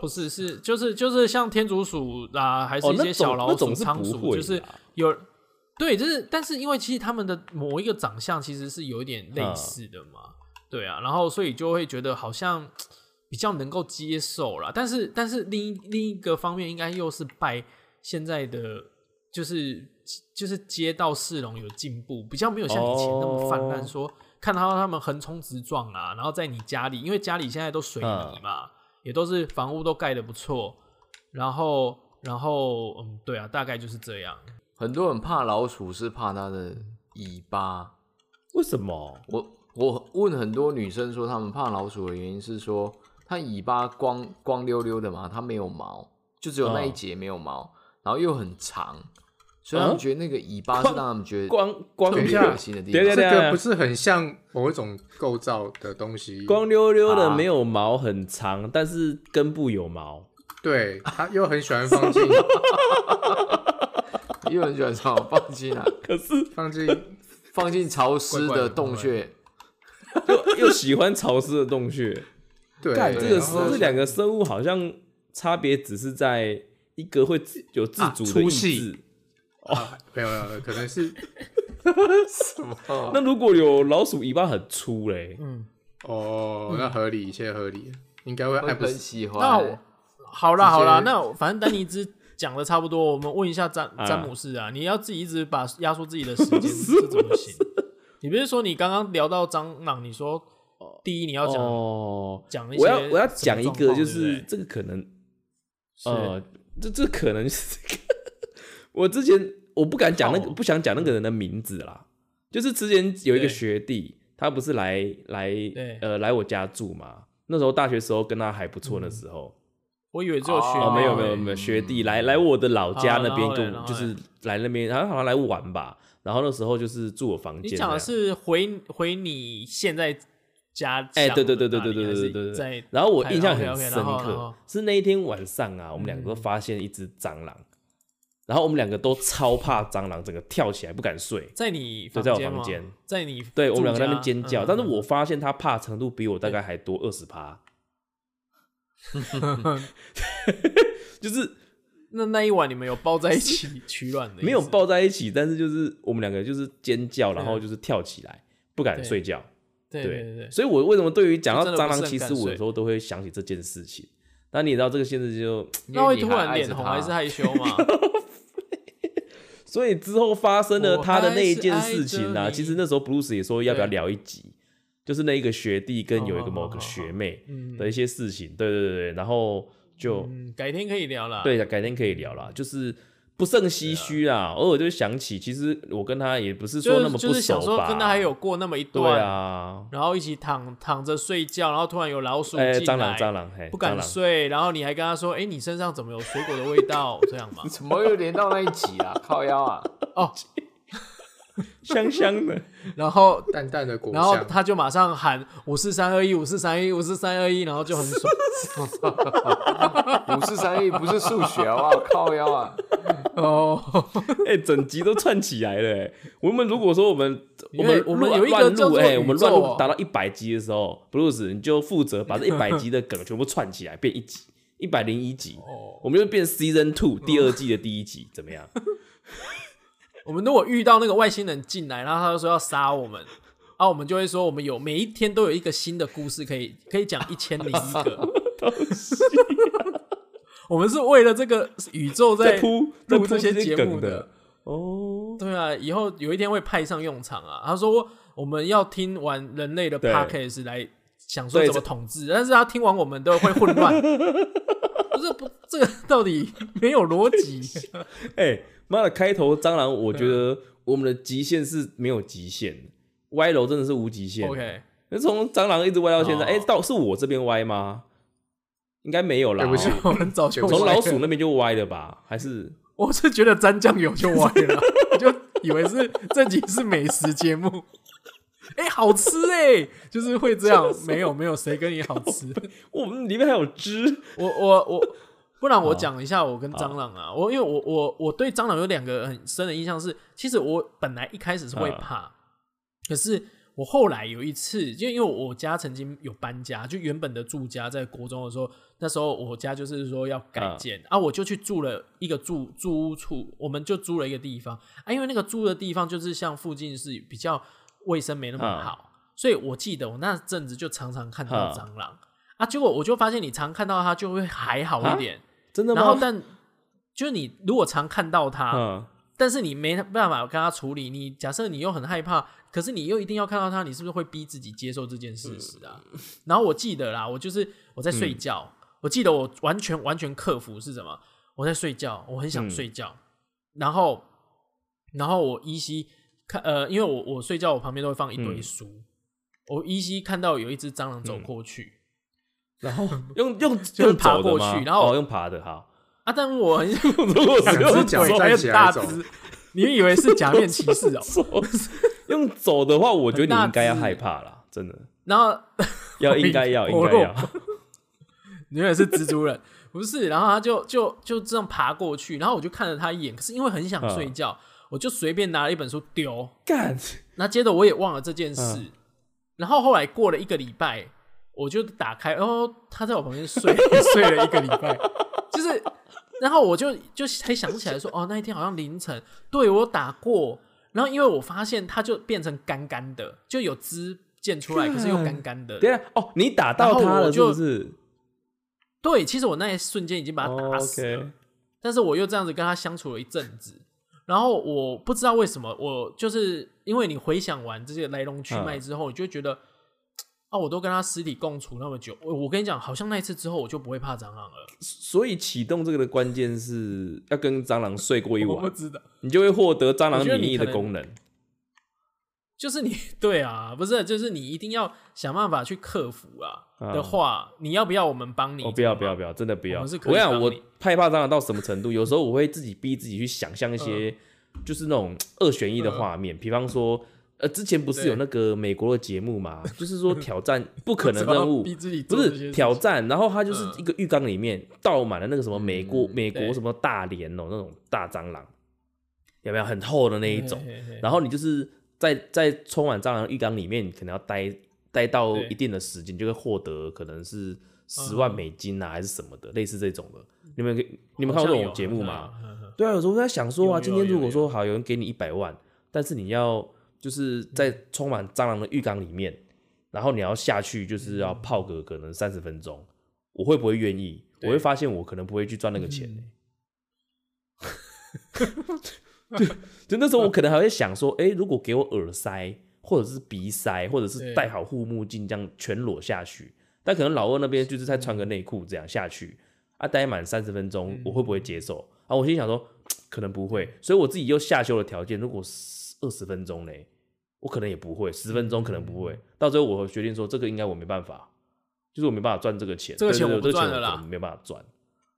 Speaker 4: 不是是就是就是像天竺鼠啦、还是
Speaker 1: 哦
Speaker 4: 一
Speaker 1: 那
Speaker 4: 些小
Speaker 1: 种
Speaker 4: 老
Speaker 1: 那
Speaker 4: 鼠、
Speaker 1: 种是
Speaker 4: 仓
Speaker 1: 不
Speaker 4: 鼠，
Speaker 1: 会
Speaker 4: 就是
Speaker 1: 啦
Speaker 4: 有对，就是但是因为其实它们的某一个长相其实是有一点类
Speaker 1: 嗯
Speaker 4: 似的嘛，对啊，然后所以就会觉得好像比较能够接受啦。但是但是另一另一个方面，应该又是拜现在的就是就是街道市容有进步，比较没有像以前那么泛滥
Speaker 1: 哦
Speaker 4: 说，看到他们横冲直撞啊，然后在你家里，因为家里现在都水泥嘛，也都是房屋都盖得不错，然后然后嗯，对啊，大概就是这样。
Speaker 2: 很多人怕老鼠是怕它的尾巴。
Speaker 1: 为什么？
Speaker 2: 我我问很多女生说，她们怕老鼠的原因是说，它尾巴光光溜溜的嘛，它没有毛，就只有那一节没有毛，然后又很长，所以他们
Speaker 1: 啊
Speaker 2: 觉得那个尾巴是让他们觉
Speaker 4: 啊
Speaker 2: 得
Speaker 1: 光光
Speaker 2: 特
Speaker 3: 等一
Speaker 2: 别
Speaker 3: 下
Speaker 2: 恶心的地
Speaker 1: 等一
Speaker 2: 方
Speaker 1: 下
Speaker 3: 这。
Speaker 1: 对啊
Speaker 3: 个不是很像某一种构造的东西，
Speaker 1: 光溜溜的，
Speaker 2: 啊
Speaker 1: 没有毛，很长，但是根部有毛。
Speaker 3: 对，他又很喜欢
Speaker 1: <laughs>
Speaker 3: 放进
Speaker 2: 又很喜欢放放进来， <laughs>
Speaker 1: 可是
Speaker 3: 放进，
Speaker 2: 放进潮湿
Speaker 3: 怪怪
Speaker 2: 的
Speaker 3: 的
Speaker 2: 洞穴，
Speaker 1: <laughs> 又又喜欢潮湿的洞
Speaker 4: <laughs>
Speaker 1: 穴，
Speaker 3: 对，
Speaker 1: 干这个
Speaker 3: 然后啊
Speaker 1: 这两个生物好像差别只是在一个会自有自主
Speaker 3: 啊
Speaker 1: 的
Speaker 3: 粗
Speaker 1: 意
Speaker 3: 细
Speaker 1: 志。
Speaker 3: 啊没有没有没有，可能是
Speaker 2: 哦
Speaker 1: 那如果有老鼠尾巴很粗嘞，
Speaker 3: 哦，那合理，一切合理，应该会
Speaker 2: 会
Speaker 3: 爱不
Speaker 2: 很
Speaker 3: <laughs> 释
Speaker 2: 喜
Speaker 4: 那
Speaker 2: 欢、
Speaker 4: 我好啦
Speaker 3: 直接
Speaker 4: 好啦，那我反正丹尼兹讲的差不多，我们问一下詹
Speaker 1: 啊
Speaker 4: 詹姆士啊，你要自己一直把压缩自己的时
Speaker 1: <laughs>
Speaker 4: 间，这怎么行？你不是说你刚刚聊到蟑螂，你说第一你要讲
Speaker 1: 哦，
Speaker 4: 讲一些
Speaker 1: 我要我要
Speaker 4: 什么
Speaker 1: 讲一
Speaker 4: 状
Speaker 1: 个，
Speaker 4: 况
Speaker 1: 就是
Speaker 4: 对
Speaker 1: 这个可能，
Speaker 4: 不对
Speaker 1: 呃，这这可能是我之前我不敢讲那个，
Speaker 4: 靠
Speaker 1: 不想讲那个人的名字啦。就是之前有一
Speaker 4: 对
Speaker 1: 个学弟，他不是来来
Speaker 4: 对
Speaker 1: 呃来我家住嘛？那时候大学时候跟他还不
Speaker 4: 嗯
Speaker 1: 错的时候，
Speaker 4: 我以为只有学
Speaker 1: 哦，没有
Speaker 4: 妹
Speaker 1: 没有没有，学弟来来我的老家那边
Speaker 4: 好然后嘞
Speaker 1: 跟
Speaker 4: 嗯哦然
Speaker 1: 我
Speaker 4: 后
Speaker 1: 就是来那边，然后好像来玩吧。然后那时候就是住我房
Speaker 4: 你
Speaker 1: 间这样。
Speaker 4: 讲的是回回你现在家乡的那
Speaker 1: 哎、
Speaker 4: 里？
Speaker 1: 对对对对对对
Speaker 4: 还
Speaker 1: 对
Speaker 4: 是
Speaker 1: 对对
Speaker 4: 在
Speaker 1: 对。然后我印象很
Speaker 4: OK，OK，
Speaker 1: 深
Speaker 4: 然后然
Speaker 1: 刻
Speaker 4: 后，嗯
Speaker 1: 是那一天晚上啊，我们两个都发现一只蟑螂，然后我们两个都超怕蟑螂，整个跳起来不敢睡。
Speaker 4: 在你
Speaker 1: 对在我
Speaker 4: 间
Speaker 1: 房
Speaker 4: 吗
Speaker 1: 间，
Speaker 4: 在你
Speaker 1: 对我们
Speaker 4: 住
Speaker 1: 两个在那边
Speaker 4: 家
Speaker 1: 尖叫，
Speaker 4: 嗯
Speaker 1: 但是我发现它怕程度比我大概还多二十趴， <laughs> 就是
Speaker 4: 那那一晚你们有抱在一起取暖的意思？
Speaker 1: 没有抱在一起，但是就是我们两个就是尖叫，然
Speaker 4: 对啊
Speaker 1: 后就是跳起来，不敢
Speaker 4: 对
Speaker 1: 睡觉。
Speaker 4: 对，对对对，
Speaker 1: 所以我为什么对于讲到
Speaker 4: 就真的
Speaker 1: 蟑
Speaker 4: 不
Speaker 1: 螂，
Speaker 4: 是很
Speaker 1: 其
Speaker 4: 敢
Speaker 1: 实我
Speaker 4: 睡
Speaker 1: 有时候都会想起这件事情。那你也知道这个限制就，
Speaker 4: 那会突
Speaker 2: 因为你
Speaker 4: 然
Speaker 2: 还爱
Speaker 4: 脸
Speaker 2: 着
Speaker 4: 红
Speaker 2: 他
Speaker 4: 还是害羞吗？
Speaker 1: <laughs> 所以之后发生了
Speaker 4: 我
Speaker 1: 他的
Speaker 4: 还
Speaker 1: 那一
Speaker 4: 是
Speaker 1: 件
Speaker 4: 爱
Speaker 1: 事情
Speaker 4: 着
Speaker 1: 啊，
Speaker 4: 你
Speaker 1: 其实那时候 Bruce 也说要不要
Speaker 4: 对
Speaker 1: 聊一集，就是那一个学弟跟有一
Speaker 4: 哦
Speaker 1: 个某个
Speaker 4: 好好
Speaker 1: 学
Speaker 4: 好
Speaker 1: 妹
Speaker 4: 嗯
Speaker 1: 的一些事情，对对对对，然后就
Speaker 4: 嗯，改天可以聊啦。
Speaker 1: 对，改天可以聊啦，就是不胜唏嘘啊。偶尔就想起，其实我跟他也不是说那
Speaker 4: 就
Speaker 1: 么
Speaker 4: 是
Speaker 1: 不熟吧。
Speaker 4: 就是想说跟他还有过那么一
Speaker 1: 对
Speaker 4: 段，
Speaker 1: 啊，
Speaker 4: 然后一起躺躺着睡觉，然后突然有老鼠进
Speaker 1: 哎、
Speaker 4: 来，
Speaker 1: 蟑螂蟑螂嘿，
Speaker 4: 不
Speaker 1: 蟑
Speaker 4: 敢
Speaker 1: 螂
Speaker 4: 睡，然后你还跟他说，哎、你身上怎么有水果的味道？这样嘛？
Speaker 2: 怎么又连到那一集啊？靠腰啊！
Speaker 4: 哦，
Speaker 1: <laughs> 香香的，
Speaker 4: <laughs> 然后
Speaker 3: 淡淡的果
Speaker 4: 然后
Speaker 3: 香，
Speaker 4: 他就马上喊五四三二一五四三一五四三二一，然后就
Speaker 1: <laughs>
Speaker 4: 很爽。
Speaker 2: 五四三一不是数学啊！靠腰啊！
Speaker 4: 哦，
Speaker 1: 哎、整集都串起来了、哎我们如果说我们我
Speaker 4: 因为
Speaker 1: 们
Speaker 4: 我们
Speaker 1: 乱
Speaker 4: 有一个
Speaker 1: 乱
Speaker 4: 叫
Speaker 1: 录，
Speaker 4: 做
Speaker 1: 哎、
Speaker 4: 宇
Speaker 1: 我们乱
Speaker 4: 宙
Speaker 1: 录
Speaker 4: 哦
Speaker 1: 达到一百集的时候，Bruce 你就负责把这一百集的梗全部串起来，变一集，一百零一集，
Speaker 4: 哦
Speaker 1: 我们就变 Season Two 第二季的第一集，怎么样？
Speaker 4: 我们如果遇到那个外星人进来，然后他就说要杀我们， <laughs> 啊，我们就会说我们有每一天都有一个新的故事可以可以讲一千零一
Speaker 1: <laughs>
Speaker 4: 个。我们是为了这个宇宙
Speaker 1: 在
Speaker 4: 在
Speaker 1: 铺在
Speaker 4: 录
Speaker 1: 铺
Speaker 4: 这些节
Speaker 1: 梗
Speaker 4: 目
Speaker 1: 的
Speaker 4: 的。
Speaker 1: 哦，
Speaker 4: 对啊，以后有一天会派上用场啊。他说我们要听完人类的
Speaker 1: 对
Speaker 4: podcast 来想说
Speaker 1: 对
Speaker 4: 怎么统治，但是他听完我们都会
Speaker 1: <laughs>
Speaker 4: 混乱。不是不，这个到底没有逻
Speaker 1: <laughs>
Speaker 4: 辑。
Speaker 1: 哎、妈的，开头蟑螂，我觉得
Speaker 4: 嗯
Speaker 1: 我们的极限是没有极限的，歪楼真的是无极限。
Speaker 4: OK，
Speaker 1: 那从蟑螂一直歪到现在，
Speaker 4: 哦
Speaker 1: 哎、到是我这边歪吗？应该没有啦、哦
Speaker 3: 对不起
Speaker 4: 我们早
Speaker 1: <laughs>
Speaker 4: 就
Speaker 1: 从
Speaker 4: 歪
Speaker 1: 老鼠那边就歪了吧？还是
Speaker 4: 我是觉得沾酱油就歪了，我就以为是这集是美食节目。 <laughs> 哎、好吃哎、就是会这样，没有没有谁跟你好吃。
Speaker 1: 我们里面还有汁？
Speaker 4: 我我我，不然
Speaker 1: 嗯
Speaker 4: 我讲一下我跟蟑螂啊，我因为我我我对蟑螂有两个很深的印象是，其实我本来一开始是会
Speaker 1: 嗯
Speaker 4: 怕，可是我后来有一次，就因为我家曾经有搬家，就原本的住家在国中的时候，那时候我家就是说要改
Speaker 1: 嗯
Speaker 4: 建、啊，我就去住了一个住租屋处，我们就租了一个地方啊，因为那个租的地方就是像附近是比较卫生没那么
Speaker 1: 嗯
Speaker 4: 好，所以我记得我那阵子就常常看到
Speaker 1: 嗯
Speaker 4: 蟑螂。啊，结果我就发现你常看到它就会还好一点，
Speaker 1: 真的吗？
Speaker 4: 然后但就是你如果常看到它，
Speaker 1: 嗯，
Speaker 4: 但是你没办法跟它处理，你假设你又很害怕，可是你又一定要看到它，你是不是会逼自己接受这件事实啊？
Speaker 3: 嗯
Speaker 4: 然后我记得啦，我就是我在睡觉，我记得我完全完全克服是什么？我在睡觉，我很想
Speaker 1: 嗯
Speaker 4: 睡觉，然后然后我依稀看呃，因为我我睡觉我旁边都会放一堆
Speaker 1: 嗯
Speaker 4: 书，我依稀看到有一只蟑螂走过去。
Speaker 3: 嗯
Speaker 1: 然后用用
Speaker 4: <laughs> 是
Speaker 1: 用走
Speaker 4: 爬
Speaker 1: 的
Speaker 4: 过
Speaker 1: 吗
Speaker 4: 去然后
Speaker 1: 哦用爬的哈。
Speaker 4: 啊，但 <laughs> 我很想
Speaker 1: 如果是
Speaker 3: <laughs> 两
Speaker 1: 用
Speaker 3: 只脚
Speaker 4: 走
Speaker 3: 站
Speaker 4: 很
Speaker 3: 起
Speaker 4: 大
Speaker 3: 来走，
Speaker 4: 只，你以为是假面骑士
Speaker 3: <laughs>
Speaker 4: 哦、
Speaker 1: 走， <laughs> 用走的话，我觉得你
Speaker 4: 很大
Speaker 1: 应该要
Speaker 4: 只
Speaker 1: 害怕啦，真的
Speaker 4: 然后
Speaker 1: 要
Speaker 4: <laughs> 我
Speaker 1: 应该要应
Speaker 4: 我
Speaker 1: 该要。
Speaker 4: 你以为是蜘蛛人， <laughs> 不是？然后他就就就这样爬过去，然后我就看了他一眼，可是因为很
Speaker 1: 嗯
Speaker 4: 想睡觉，我就随便拿了一本书丢，
Speaker 1: <laughs> 干，
Speaker 4: 那接着我也忘了这件事，
Speaker 1: 嗯
Speaker 4: 然后后来过了一个礼拜，我就打开，哦，他在我旁
Speaker 1: <laughs>
Speaker 4: 边睡睡了一个礼拜，就是，然后我就就才想起来说，哦，那一天好像凌晨，对我有打过，然后因为我发现它就变成干干的，就有汁溅出
Speaker 1: 嗯
Speaker 4: 来，可是又干干的。
Speaker 1: 等一下哦，你打到
Speaker 4: 然后
Speaker 1: 他
Speaker 4: 我
Speaker 1: 了是
Speaker 4: 就
Speaker 1: 不是？
Speaker 4: 对，其实我那一瞬间已经把它
Speaker 1: 哦
Speaker 4: 打死了。
Speaker 1: ，OK，
Speaker 4: 但是我又这样子跟他相处了一阵子，然后我不知道为什么，我就是因为你回想完这些来龙去
Speaker 1: 嗯
Speaker 4: 脉之后，你就会觉得，啊，我都跟他实体共处那么久，我我跟你讲，好像那一次之后我就不会怕蟑螂了。
Speaker 1: 所以启动这个的关键是要跟蟑螂睡过一
Speaker 4: 我不
Speaker 1: 晚，
Speaker 4: 知道，
Speaker 1: 你就会获得蟑
Speaker 4: 我
Speaker 1: 螂
Speaker 4: 觉得
Speaker 1: 免
Speaker 4: 你
Speaker 1: 疫
Speaker 4: 可
Speaker 1: 的
Speaker 4: 能
Speaker 1: 功能。
Speaker 4: 就是你 <laughs> 对啊，不是，就是你一定要想办法去克服啊。
Speaker 1: 嗯
Speaker 4: 的话，你要不要我们帮你？
Speaker 1: 哦，不要不要不要，真的不要！
Speaker 4: 我
Speaker 1: 我
Speaker 4: 们是可
Speaker 1: 跟
Speaker 4: 以
Speaker 1: 你讲，
Speaker 4: 帮
Speaker 1: 我
Speaker 4: 你
Speaker 1: 害怕蟑螂到什么程度？有时候我会自己逼自己去想象一
Speaker 4: 嗯
Speaker 1: 些，就是那种二选一的画面。比方说，呃，之前不是有那个美国的节目
Speaker 4: <laughs>
Speaker 1: 嘛，就是说挑战不可能任务
Speaker 4: 逼，自己做
Speaker 1: 不
Speaker 4: 这些
Speaker 1: 是
Speaker 4: 事
Speaker 1: 挑
Speaker 4: 情
Speaker 1: 战，然后它就是
Speaker 4: 嗯
Speaker 1: 一个浴缸里面倒满了那个什么美国美国
Speaker 4: 对
Speaker 1: 什么大连哦那种大蟑螂，有没有很厚的那一种？
Speaker 4: 嘿嘿嘿
Speaker 1: 然后你就是在在充满蟑螂浴缸里面，你可能要待待到
Speaker 4: 对嗯
Speaker 1: 一定的时间，就会获得可能是十万美金啊，还是什么的，类似这种的。你们你们看过这种节目吗？？
Speaker 4: 好像有好嗯像有
Speaker 1: 对啊，有时候在想说啊，
Speaker 4: 有有
Speaker 1: 今天如
Speaker 4: 有
Speaker 1: 果
Speaker 4: 有
Speaker 1: 说好有人给你一百万，但是你要就是
Speaker 4: 嗯
Speaker 1: 在充满蟑螂的浴缸里面，然后你要下去就是要
Speaker 4: 嗯
Speaker 1: 泡个可能三十分钟，我会不会愿意？我
Speaker 4: 对
Speaker 1: 会发现我可能不会去赚那个钱、欸。就就那时候
Speaker 4: 嗯
Speaker 1: 我可能还会想说，哎、如果给我耳塞或者是鼻塞，或者是
Speaker 4: 对
Speaker 1: 戴好护目镜这样全裸下去，但可能老二那边就是再
Speaker 4: 嗯
Speaker 1: 穿个内裤这样下去，啊，待满三十分钟，我会不会接受？啊，我心想说，可能不会，所以我自己又下修了条件，如果二十分钟嘞，我可能也不会，十分钟可能不
Speaker 4: 嗯
Speaker 1: 会，到最后我决定说这个应该我没办法，就是我没办法赚这个钱，
Speaker 4: 这个钱
Speaker 1: 对对
Speaker 4: 我不
Speaker 1: 对这个
Speaker 4: 赚了啦
Speaker 1: 可能没办法赚，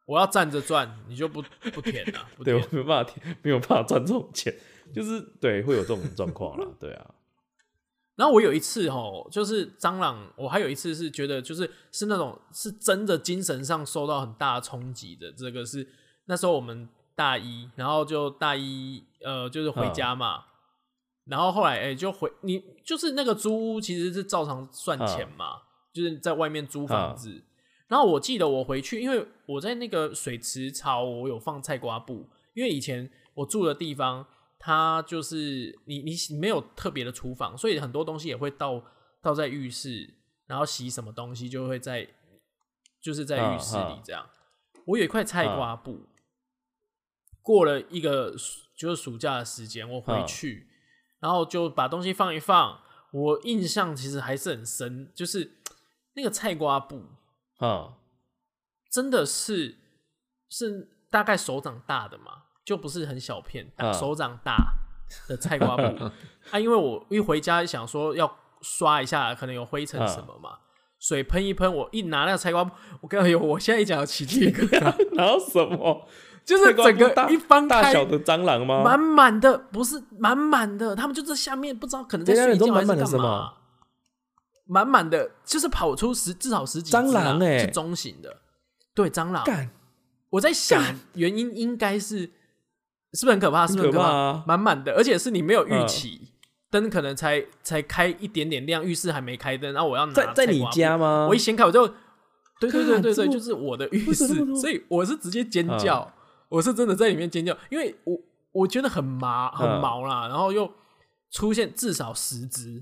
Speaker 4: 我要站着赚，你就不不舔了、
Speaker 1: <laughs>
Speaker 4: 不
Speaker 1: 对
Speaker 4: 舔啊
Speaker 1: 我没办法，没有办法赚这种钱，就是对会有这种状况啦，对啊，
Speaker 4: 然后我有一次吼，就是蟑螂，我还有一次是觉得就是是那种是真的精神上受到很大的冲击的。这个是那时候我们大一，然后就大一呃就是回家嘛，然后后来哎、就回你就是那个租屋其实是照常算钱嘛，就是在外面租房子。然后我记得我回去，因为我在那个水池槽，我有放菜瓜布，因为以前我住的地方，它就是你你你没有特别的厨房，所以很多东西也会倒倒在浴室，然后洗什么东西就会在就是在浴室里这样。我有一块菜瓜布，过了一个暑就是暑假的时间，我回去，然后就把东西放一放。我印象其实还是很深，就是那个菜瓜布，
Speaker 1: <laughs> 啊、
Speaker 4: 真的是是大概手掌大的嘛，就不是很小片，大
Speaker 1: 嗯
Speaker 4: 手掌大的菜
Speaker 1: <laughs>
Speaker 4: 瓜布啊。因为我一回家想说要刷一下，可能有灰尘什么嘛，
Speaker 1: 嗯
Speaker 4: 水喷一喷，我一拿那个菜瓜布，我告诉你，我现在一讲有起鸡皮疙瘩，
Speaker 1: <laughs> 然后什 <laughs> 么？
Speaker 4: 就是整
Speaker 1: 菜瓜布
Speaker 4: 个
Speaker 1: 大
Speaker 4: 一翻
Speaker 1: 大
Speaker 4: 开，
Speaker 1: 小的蟑螂吗？
Speaker 4: 满满的不是满满的，他们就在下面不知道可能在
Speaker 1: 等一下
Speaker 4: 睡
Speaker 1: 啊你都
Speaker 4: 觉还是
Speaker 1: 满满的
Speaker 4: 干
Speaker 1: 什么
Speaker 4: 嘛。满满的，就是跑出十至少十几只啊
Speaker 1: 蟑螂欸
Speaker 4: 是中型的，对蟑螂，
Speaker 1: 干，
Speaker 4: 我在想原因应该是是不是很可怕？是不是很可
Speaker 1: 很可怕啊嗯
Speaker 4: 满满的，而且是你没有预期，灯、可能才才开一点点亮，浴室还没开灯，然后我要拿
Speaker 1: 在在
Speaker 4: 菜
Speaker 1: 你
Speaker 4: 瓜布
Speaker 1: 家吗？
Speaker 4: 我一掀开我就，对对对
Speaker 1: 干
Speaker 4: 对
Speaker 1: 这
Speaker 4: 对，
Speaker 1: 么
Speaker 4: 就是我的浴
Speaker 1: 为什么这
Speaker 4: 室
Speaker 1: 么，多嗯
Speaker 4: 所以我是直接尖叫，我是真的在里面尖叫，因为我我觉得很麻很
Speaker 1: 嗯
Speaker 4: 毛啦，然后又出现至少十只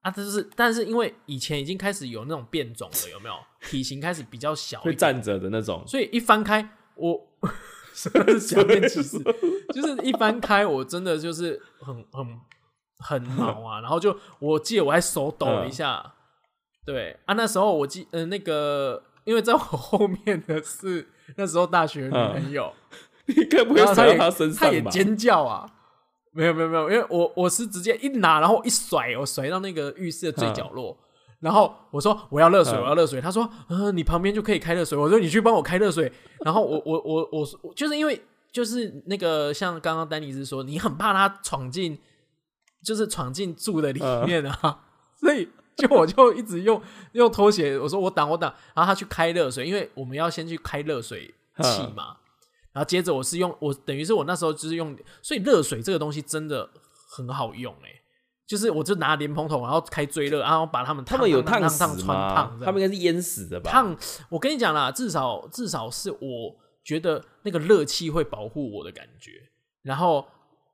Speaker 4: 啊，这就是但是因为以前已经开始有那种变种了，有没有？体型开始比较小一
Speaker 1: 会
Speaker 4: 点，
Speaker 1: 站着的那种， <laughs>
Speaker 4: 所以一翻开 <laughs> 我。什么是假面骑士？就是一翻开，我真的就是很很很毛 <laughs> 啊，然后就我记得我还手抖了一下，对啊，那时候我记呃那个，因为在我后面的是那时候大学的女朋友，
Speaker 1: 你该不会
Speaker 4: 然后
Speaker 1: 踩
Speaker 4: 她
Speaker 1: 到
Speaker 4: 也
Speaker 1: 他身
Speaker 4: 她也
Speaker 1: 上吧？
Speaker 4: 尖叫啊，没有没有没有，因为我我是直接一拿，然后一甩，我甩到那个浴室的最角落。然后我说我要热水，
Speaker 1: 嗯
Speaker 4: 我要热水。他说，呃，你旁边就可以开热水。我说你去帮我开热水。然后我我我我我就是因为就是那个像刚刚丹尼斯说，你很怕他闯进，就是闯进住的里面啊，
Speaker 1: 嗯
Speaker 4: <laughs> 所以就我就一直用用拖鞋，我说我挡我挡，然后他去开热水，因为我们要先去开热水器
Speaker 1: 嗯
Speaker 4: 嘛，然后接着我是用我等于是我那时候就是用，所以热水这个东西真的很好用哎、就是我就拿莲蓬头，然后开最热，然后把他们
Speaker 1: 他
Speaker 4: 烫
Speaker 1: 们有
Speaker 4: 烫烫
Speaker 1: 死
Speaker 4: 烫穿
Speaker 1: 吗
Speaker 4: 烫？这样，
Speaker 1: 他们应该是淹死的吧？
Speaker 4: 烫，我跟你讲啦，至少至少是我觉得那个热气会保护我的感觉，然后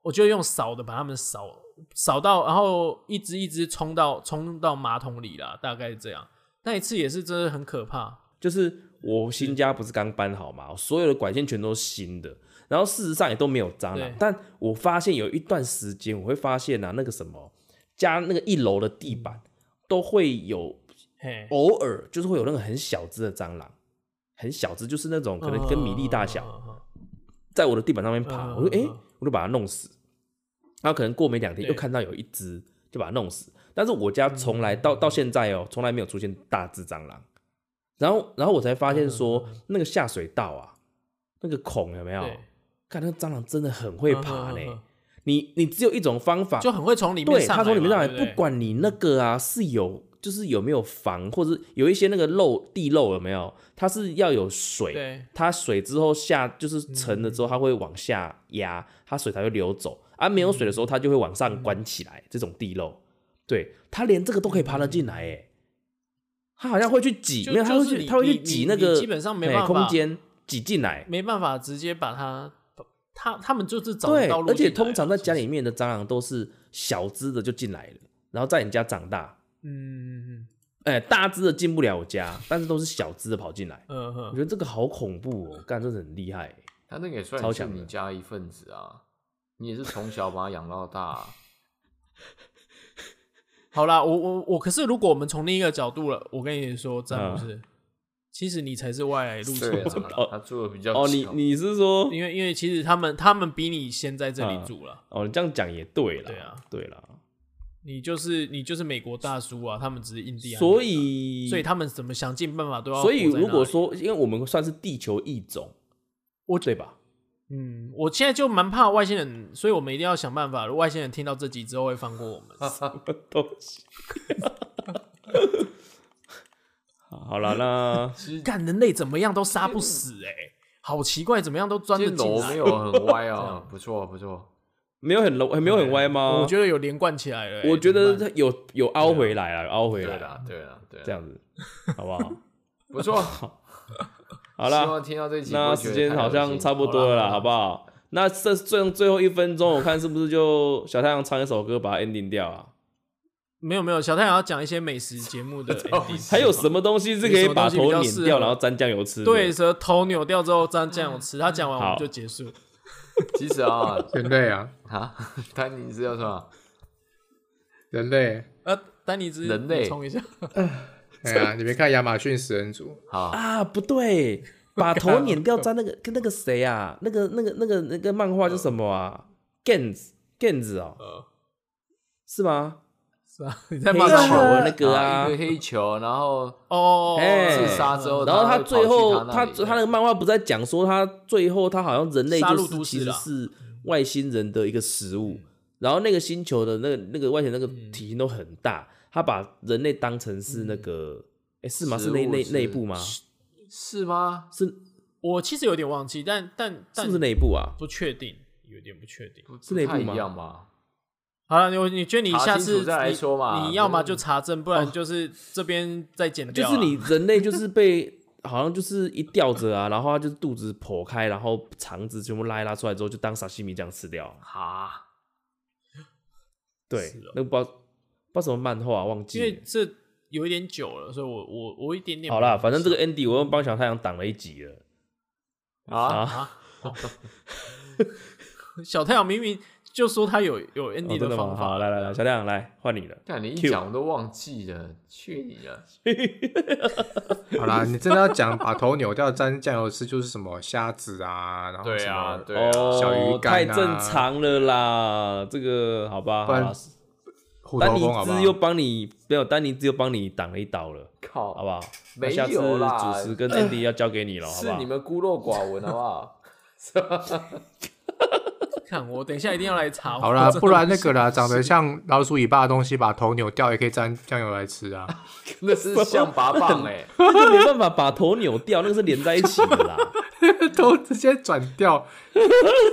Speaker 4: 我就用扫的把它们扫扫到，然后一只一只冲到冲到马桶里啦，大概是这样。那一次也是真的很可怕，
Speaker 1: 就是我新家不是刚搬好嘛，所有的管线全都是新的，然后事实上也都没有蟑螂
Speaker 4: 对。
Speaker 1: 但我发现有一段时间，我会发现啊，那个什么家那个一楼的地板都会有，
Speaker 4: 嘿，
Speaker 1: 偶尔就是会有那个很小只的蟑螂，很小只，就是那种可能跟米粒大小，在我的地板上面爬，
Speaker 4: 哦嗯
Speaker 1: 我就哎、
Speaker 4: 嗯嗯
Speaker 1: 我就把它弄死。然后可能过没两天又
Speaker 4: 对
Speaker 1: 看到有一只，就把它弄死。但是我家从
Speaker 4: 嗯
Speaker 1: 来到到现在哦，从来没有出现大只蟑螂。然后，然后我才发现说，那个下水道啊，那个孔有没有？
Speaker 4: 嗯对，
Speaker 1: 看那个蟑螂真的很会爬
Speaker 4: 嗯嗯嗯嗯
Speaker 1: 呢。你你只有一种方法，
Speaker 4: 就很会从里面
Speaker 1: 啊对，
Speaker 4: 上
Speaker 1: 它从里面上来，不
Speaker 4: 不
Speaker 1: 管你那个啊是有，就是有没有防，或者有一些那个漏地漏有没有，它是要有水，
Speaker 4: 对嗯
Speaker 1: 它水之后下就是沉了之后，它会往下压，它水才会流走。啊，没有水的
Speaker 4: 嗯
Speaker 1: 时候，它就会往上关起来。这种地漏，对，它连这个都可以爬得进来，哎，它好像会去挤，
Speaker 4: 嗯就
Speaker 1: 没有，它
Speaker 4: 就
Speaker 1: 会
Speaker 4: 是
Speaker 1: 去，
Speaker 4: 你
Speaker 1: 它会去
Speaker 4: 你
Speaker 1: 挤
Speaker 4: 你
Speaker 1: 那个
Speaker 4: 你基本上没
Speaker 1: 哎
Speaker 4: 办法
Speaker 1: 空间挤进来。
Speaker 4: 没办法直接把它，他他们就是找
Speaker 1: 对，
Speaker 4: 到路
Speaker 1: 而且
Speaker 4: 进来
Speaker 1: 通常
Speaker 4: 了
Speaker 1: 在家，
Speaker 4: 其
Speaker 1: 里
Speaker 4: 实
Speaker 1: 面的蟑螂都是小只的就进来了，然后在你家长大，
Speaker 4: 嗯嗯
Speaker 1: 哎、大只的进不了我家，但是都是小只的跑进来。
Speaker 4: 嗯
Speaker 1: 我
Speaker 4: 嗯
Speaker 1: 觉得这个好恐怖哦，干，真的很厉害欸。
Speaker 2: 他那个也
Speaker 1: 超
Speaker 2: 算是
Speaker 1: 强的
Speaker 2: 你家一份子啊，你也是从小把他养到
Speaker 1: <laughs>
Speaker 2: 大啊、
Speaker 1: 嗯
Speaker 4: 好啦，我我我，可是如果我们从另一个角度了，我跟你说，詹姆斯，其实你才是外来入侵
Speaker 2: 对
Speaker 4: 者，
Speaker 2: 啊，他住的比较
Speaker 1: 哦，你
Speaker 2: 久
Speaker 1: 你是说
Speaker 4: 因为因为其实他们他们比你先在这里住了，
Speaker 1: 哦，你这样讲也对啦，
Speaker 4: 对啊，
Speaker 1: 对啦，
Speaker 4: 你就是你就是美国大叔啊，他们只是印第安人啊，
Speaker 1: 所以
Speaker 4: 所以他们怎么想尽办法都要活
Speaker 1: 所
Speaker 4: 在那
Speaker 1: 以
Speaker 4: 里。
Speaker 1: 如果说，因为我们算是地球异种，我对吧？
Speaker 4: 嗯，我现在就蛮怕外星人，所以我们一定要想办法。如果外星人听到这集之后会放过我们。
Speaker 1: <laughs> 东西。好了，
Speaker 4: <laughs>
Speaker 1: 那
Speaker 4: 干人类怎么样都杀不死哎、好奇怪，怎么样都钻
Speaker 2: 这
Speaker 4: 得进
Speaker 2: 楼没
Speaker 4: 来。
Speaker 2: 有很歪啊，不错不错，
Speaker 1: 没有很楼，没有很歪吗？
Speaker 4: 我觉得有连贯起来了、欸。
Speaker 1: 我觉得
Speaker 4: 怎么
Speaker 1: 它有有凹回来了，有凹回
Speaker 2: 对
Speaker 1: 来
Speaker 2: 啦对啦对啦，
Speaker 1: 啊这
Speaker 4: <laughs>
Speaker 1: 样子，好不好？
Speaker 2: 不
Speaker 1: <laughs>
Speaker 2: 错。
Speaker 1: 好
Speaker 2: 希
Speaker 1: 了，
Speaker 2: 望听到这一集不
Speaker 1: 那
Speaker 2: 会觉
Speaker 1: 时
Speaker 2: 得
Speaker 1: 间
Speaker 2: 太
Speaker 1: 好
Speaker 2: 恶
Speaker 1: 像
Speaker 2: 心
Speaker 1: 差不多了啦，
Speaker 2: 好
Speaker 1: 好
Speaker 2: 啦
Speaker 1: 不好？那这最最后一分钟，我看是不是就小太阳唱一首歌把它 ending 掉啊？
Speaker 4: 办没有没有，小太阳要讲一些美食节目的 ending
Speaker 1: 还有什么东西是可以把头
Speaker 4: 有什么东西比较
Speaker 1: 碾
Speaker 4: 适合
Speaker 1: 掉，然后沾酱油吃的？
Speaker 4: 对，蛇头扭掉之后沾酱油吃。他讲完我
Speaker 1: 好
Speaker 4: 们就结束。
Speaker 2: 其实啊
Speaker 3: 人类啊，
Speaker 2: 啊，丹尼是要什么？
Speaker 3: 人类，
Speaker 4: 呃，丹尼兹
Speaker 2: 人类
Speaker 4: 补充一下， <laughs>
Speaker 3: 哎呀，你没看亚马逊食人族？
Speaker 2: 好，
Speaker 1: 啊，不对，把头碾掉沾那个跟那个谁啊，那个那个那个那个漫画叫什么啊？Gens Gens 哦，是吗？
Speaker 4: 是啊，你在
Speaker 1: 黑
Speaker 4: 骂
Speaker 1: 球
Speaker 4: 他
Speaker 1: 的那个
Speaker 2: 啊
Speaker 1: 啊
Speaker 2: 一个，黑球，然后
Speaker 4: 哦，
Speaker 1: 哎
Speaker 2: 自杀之后，
Speaker 1: 然后他
Speaker 2: 会跑
Speaker 1: 最
Speaker 2: 去
Speaker 1: 后
Speaker 2: 他那
Speaker 1: 他
Speaker 2: 里
Speaker 1: 他那个漫画不是在讲说他最后他好像人类
Speaker 4: 杀
Speaker 1: 就
Speaker 4: 戮
Speaker 1: 是
Speaker 4: 都
Speaker 1: 其
Speaker 4: 市
Speaker 1: 实
Speaker 2: 啊
Speaker 4: 啦
Speaker 1: 是外星人的一个食物，
Speaker 2: 嗯
Speaker 1: 然后那个星球的那个那个外星人那个体型都很大，他把人类当成是那个哎是吗？
Speaker 2: 嗯食
Speaker 1: 是那
Speaker 2: 物
Speaker 1: 那
Speaker 2: 是
Speaker 1: 那一部吗？
Speaker 2: 是吗？
Speaker 1: 是
Speaker 4: 我其实有点忘记，但但
Speaker 1: 是
Speaker 4: 但
Speaker 1: 不是那一部啊？
Speaker 4: 不确定，有点不确定。
Speaker 2: 不
Speaker 1: 是那
Speaker 2: 不太
Speaker 1: 部吗
Speaker 2: 一样吧？
Speaker 4: 好了，你你觉得你
Speaker 2: 查
Speaker 4: 下
Speaker 2: 清
Speaker 4: 次
Speaker 2: 楚再来
Speaker 4: 你
Speaker 2: 说嘛
Speaker 4: 你要么就查证，不然就是这边再剪
Speaker 1: 就
Speaker 4: 掉啊。
Speaker 1: 是
Speaker 2: <laughs>
Speaker 1: 你人类就是被好像就是一吊着啊，然后他就是肚子剖开，然后肠子全部拉一拉出来之后，就当沙西米这样吃掉。啊
Speaker 2: 哈，
Speaker 1: 对
Speaker 4: 是哦，
Speaker 1: 那个不知道不知道什么漫画啊忘
Speaker 4: 因
Speaker 1: 记
Speaker 4: 为
Speaker 1: 了。
Speaker 4: 这有一点久了，所以我我我一点点
Speaker 1: 好
Speaker 4: 啦，
Speaker 1: 啦，反正这个 Andy 我又帮小太阳挡了一集了
Speaker 2: 啊，
Speaker 1: 啊！
Speaker 4: 小太阳明明就说他有有
Speaker 1: 哦
Speaker 4: ND
Speaker 1: 真的
Speaker 4: 方
Speaker 1: 吗？
Speaker 4: 法，
Speaker 1: 好，来来来，小太阳来换你了。
Speaker 2: 但你一
Speaker 1: Q
Speaker 2: 讲我都忘记了，去你的！
Speaker 3: 好啦，你真的要讲把头扭掉沾酱油吃，就是什么虾子啊，然后什么，小鱼
Speaker 1: 哦，太
Speaker 3: 干啊
Speaker 1: 正常了啦，这个好吧，
Speaker 3: 不
Speaker 1: 好
Speaker 3: 然
Speaker 1: 啦
Speaker 3: 虎
Speaker 1: 丹
Speaker 3: 头
Speaker 1: 尼
Speaker 3: 公好不好
Speaker 1: 兹？又帮你没有，丹尼兹又帮你挡了一刀了，
Speaker 2: 靠，
Speaker 1: 好不好？那
Speaker 2: 没
Speaker 1: 下次
Speaker 2: 有啦，
Speaker 1: 主持
Speaker 3: <clears throat>
Speaker 1: 跟 Andy 要交给你了，好不
Speaker 2: 是
Speaker 1: 好
Speaker 2: 你？们孤陋寡闻，好不
Speaker 1: <laughs>
Speaker 2: 好？
Speaker 4: 看我等一下一定要来查。
Speaker 3: 好
Speaker 1: <laughs>
Speaker 3: 啦，
Speaker 4: 我真的
Speaker 3: 不然那个啦，长得像老鼠尾巴的东西，把头扭掉也可以沾酱油来吃啊。
Speaker 2: 那是象拔蚌
Speaker 1: <laughs>
Speaker 2: 哎，
Speaker 1: 那就没办法把头扭掉，那个是连在一起的
Speaker 3: <laughs>
Speaker 1: 啦，
Speaker 3: 头直接转掉，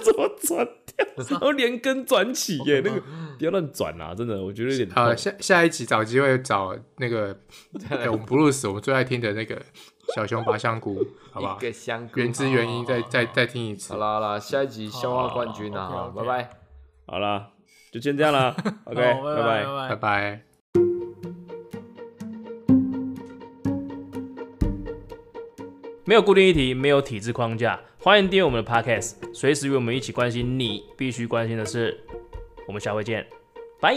Speaker 1: 怎么转
Speaker 3: <laughs>
Speaker 1: 掉？然后连根转起耶，那个不要乱转啊！真的，我觉得有点
Speaker 2: 嗯
Speaker 1: 痛。
Speaker 3: 呃，下下一集找机会找那个，
Speaker 2: <laughs>
Speaker 3: 哎我们 Bruce 我们最爱听的那个小熊拔香菇，好不好
Speaker 2: 一？个香菇。
Speaker 3: 原汁原音再再再听一次
Speaker 2: 好。啦好啦，下一集消化冠军啊，
Speaker 4: 好好
Speaker 2: 好
Speaker 4: 好
Speaker 2: 拜
Speaker 4: OK，OK
Speaker 2: 拜。
Speaker 1: 好啦，就先这样
Speaker 3: <laughs>
Speaker 1: 啦。OK，
Speaker 4: 好拜
Speaker 1: 拜
Speaker 4: 拜拜。
Speaker 3: 拜拜。
Speaker 5: 没有固定议题，没有体制框架，欢迎订阅我们的 Podcast，随时与我们一起关心你必须关心的事。我们下回见，拜。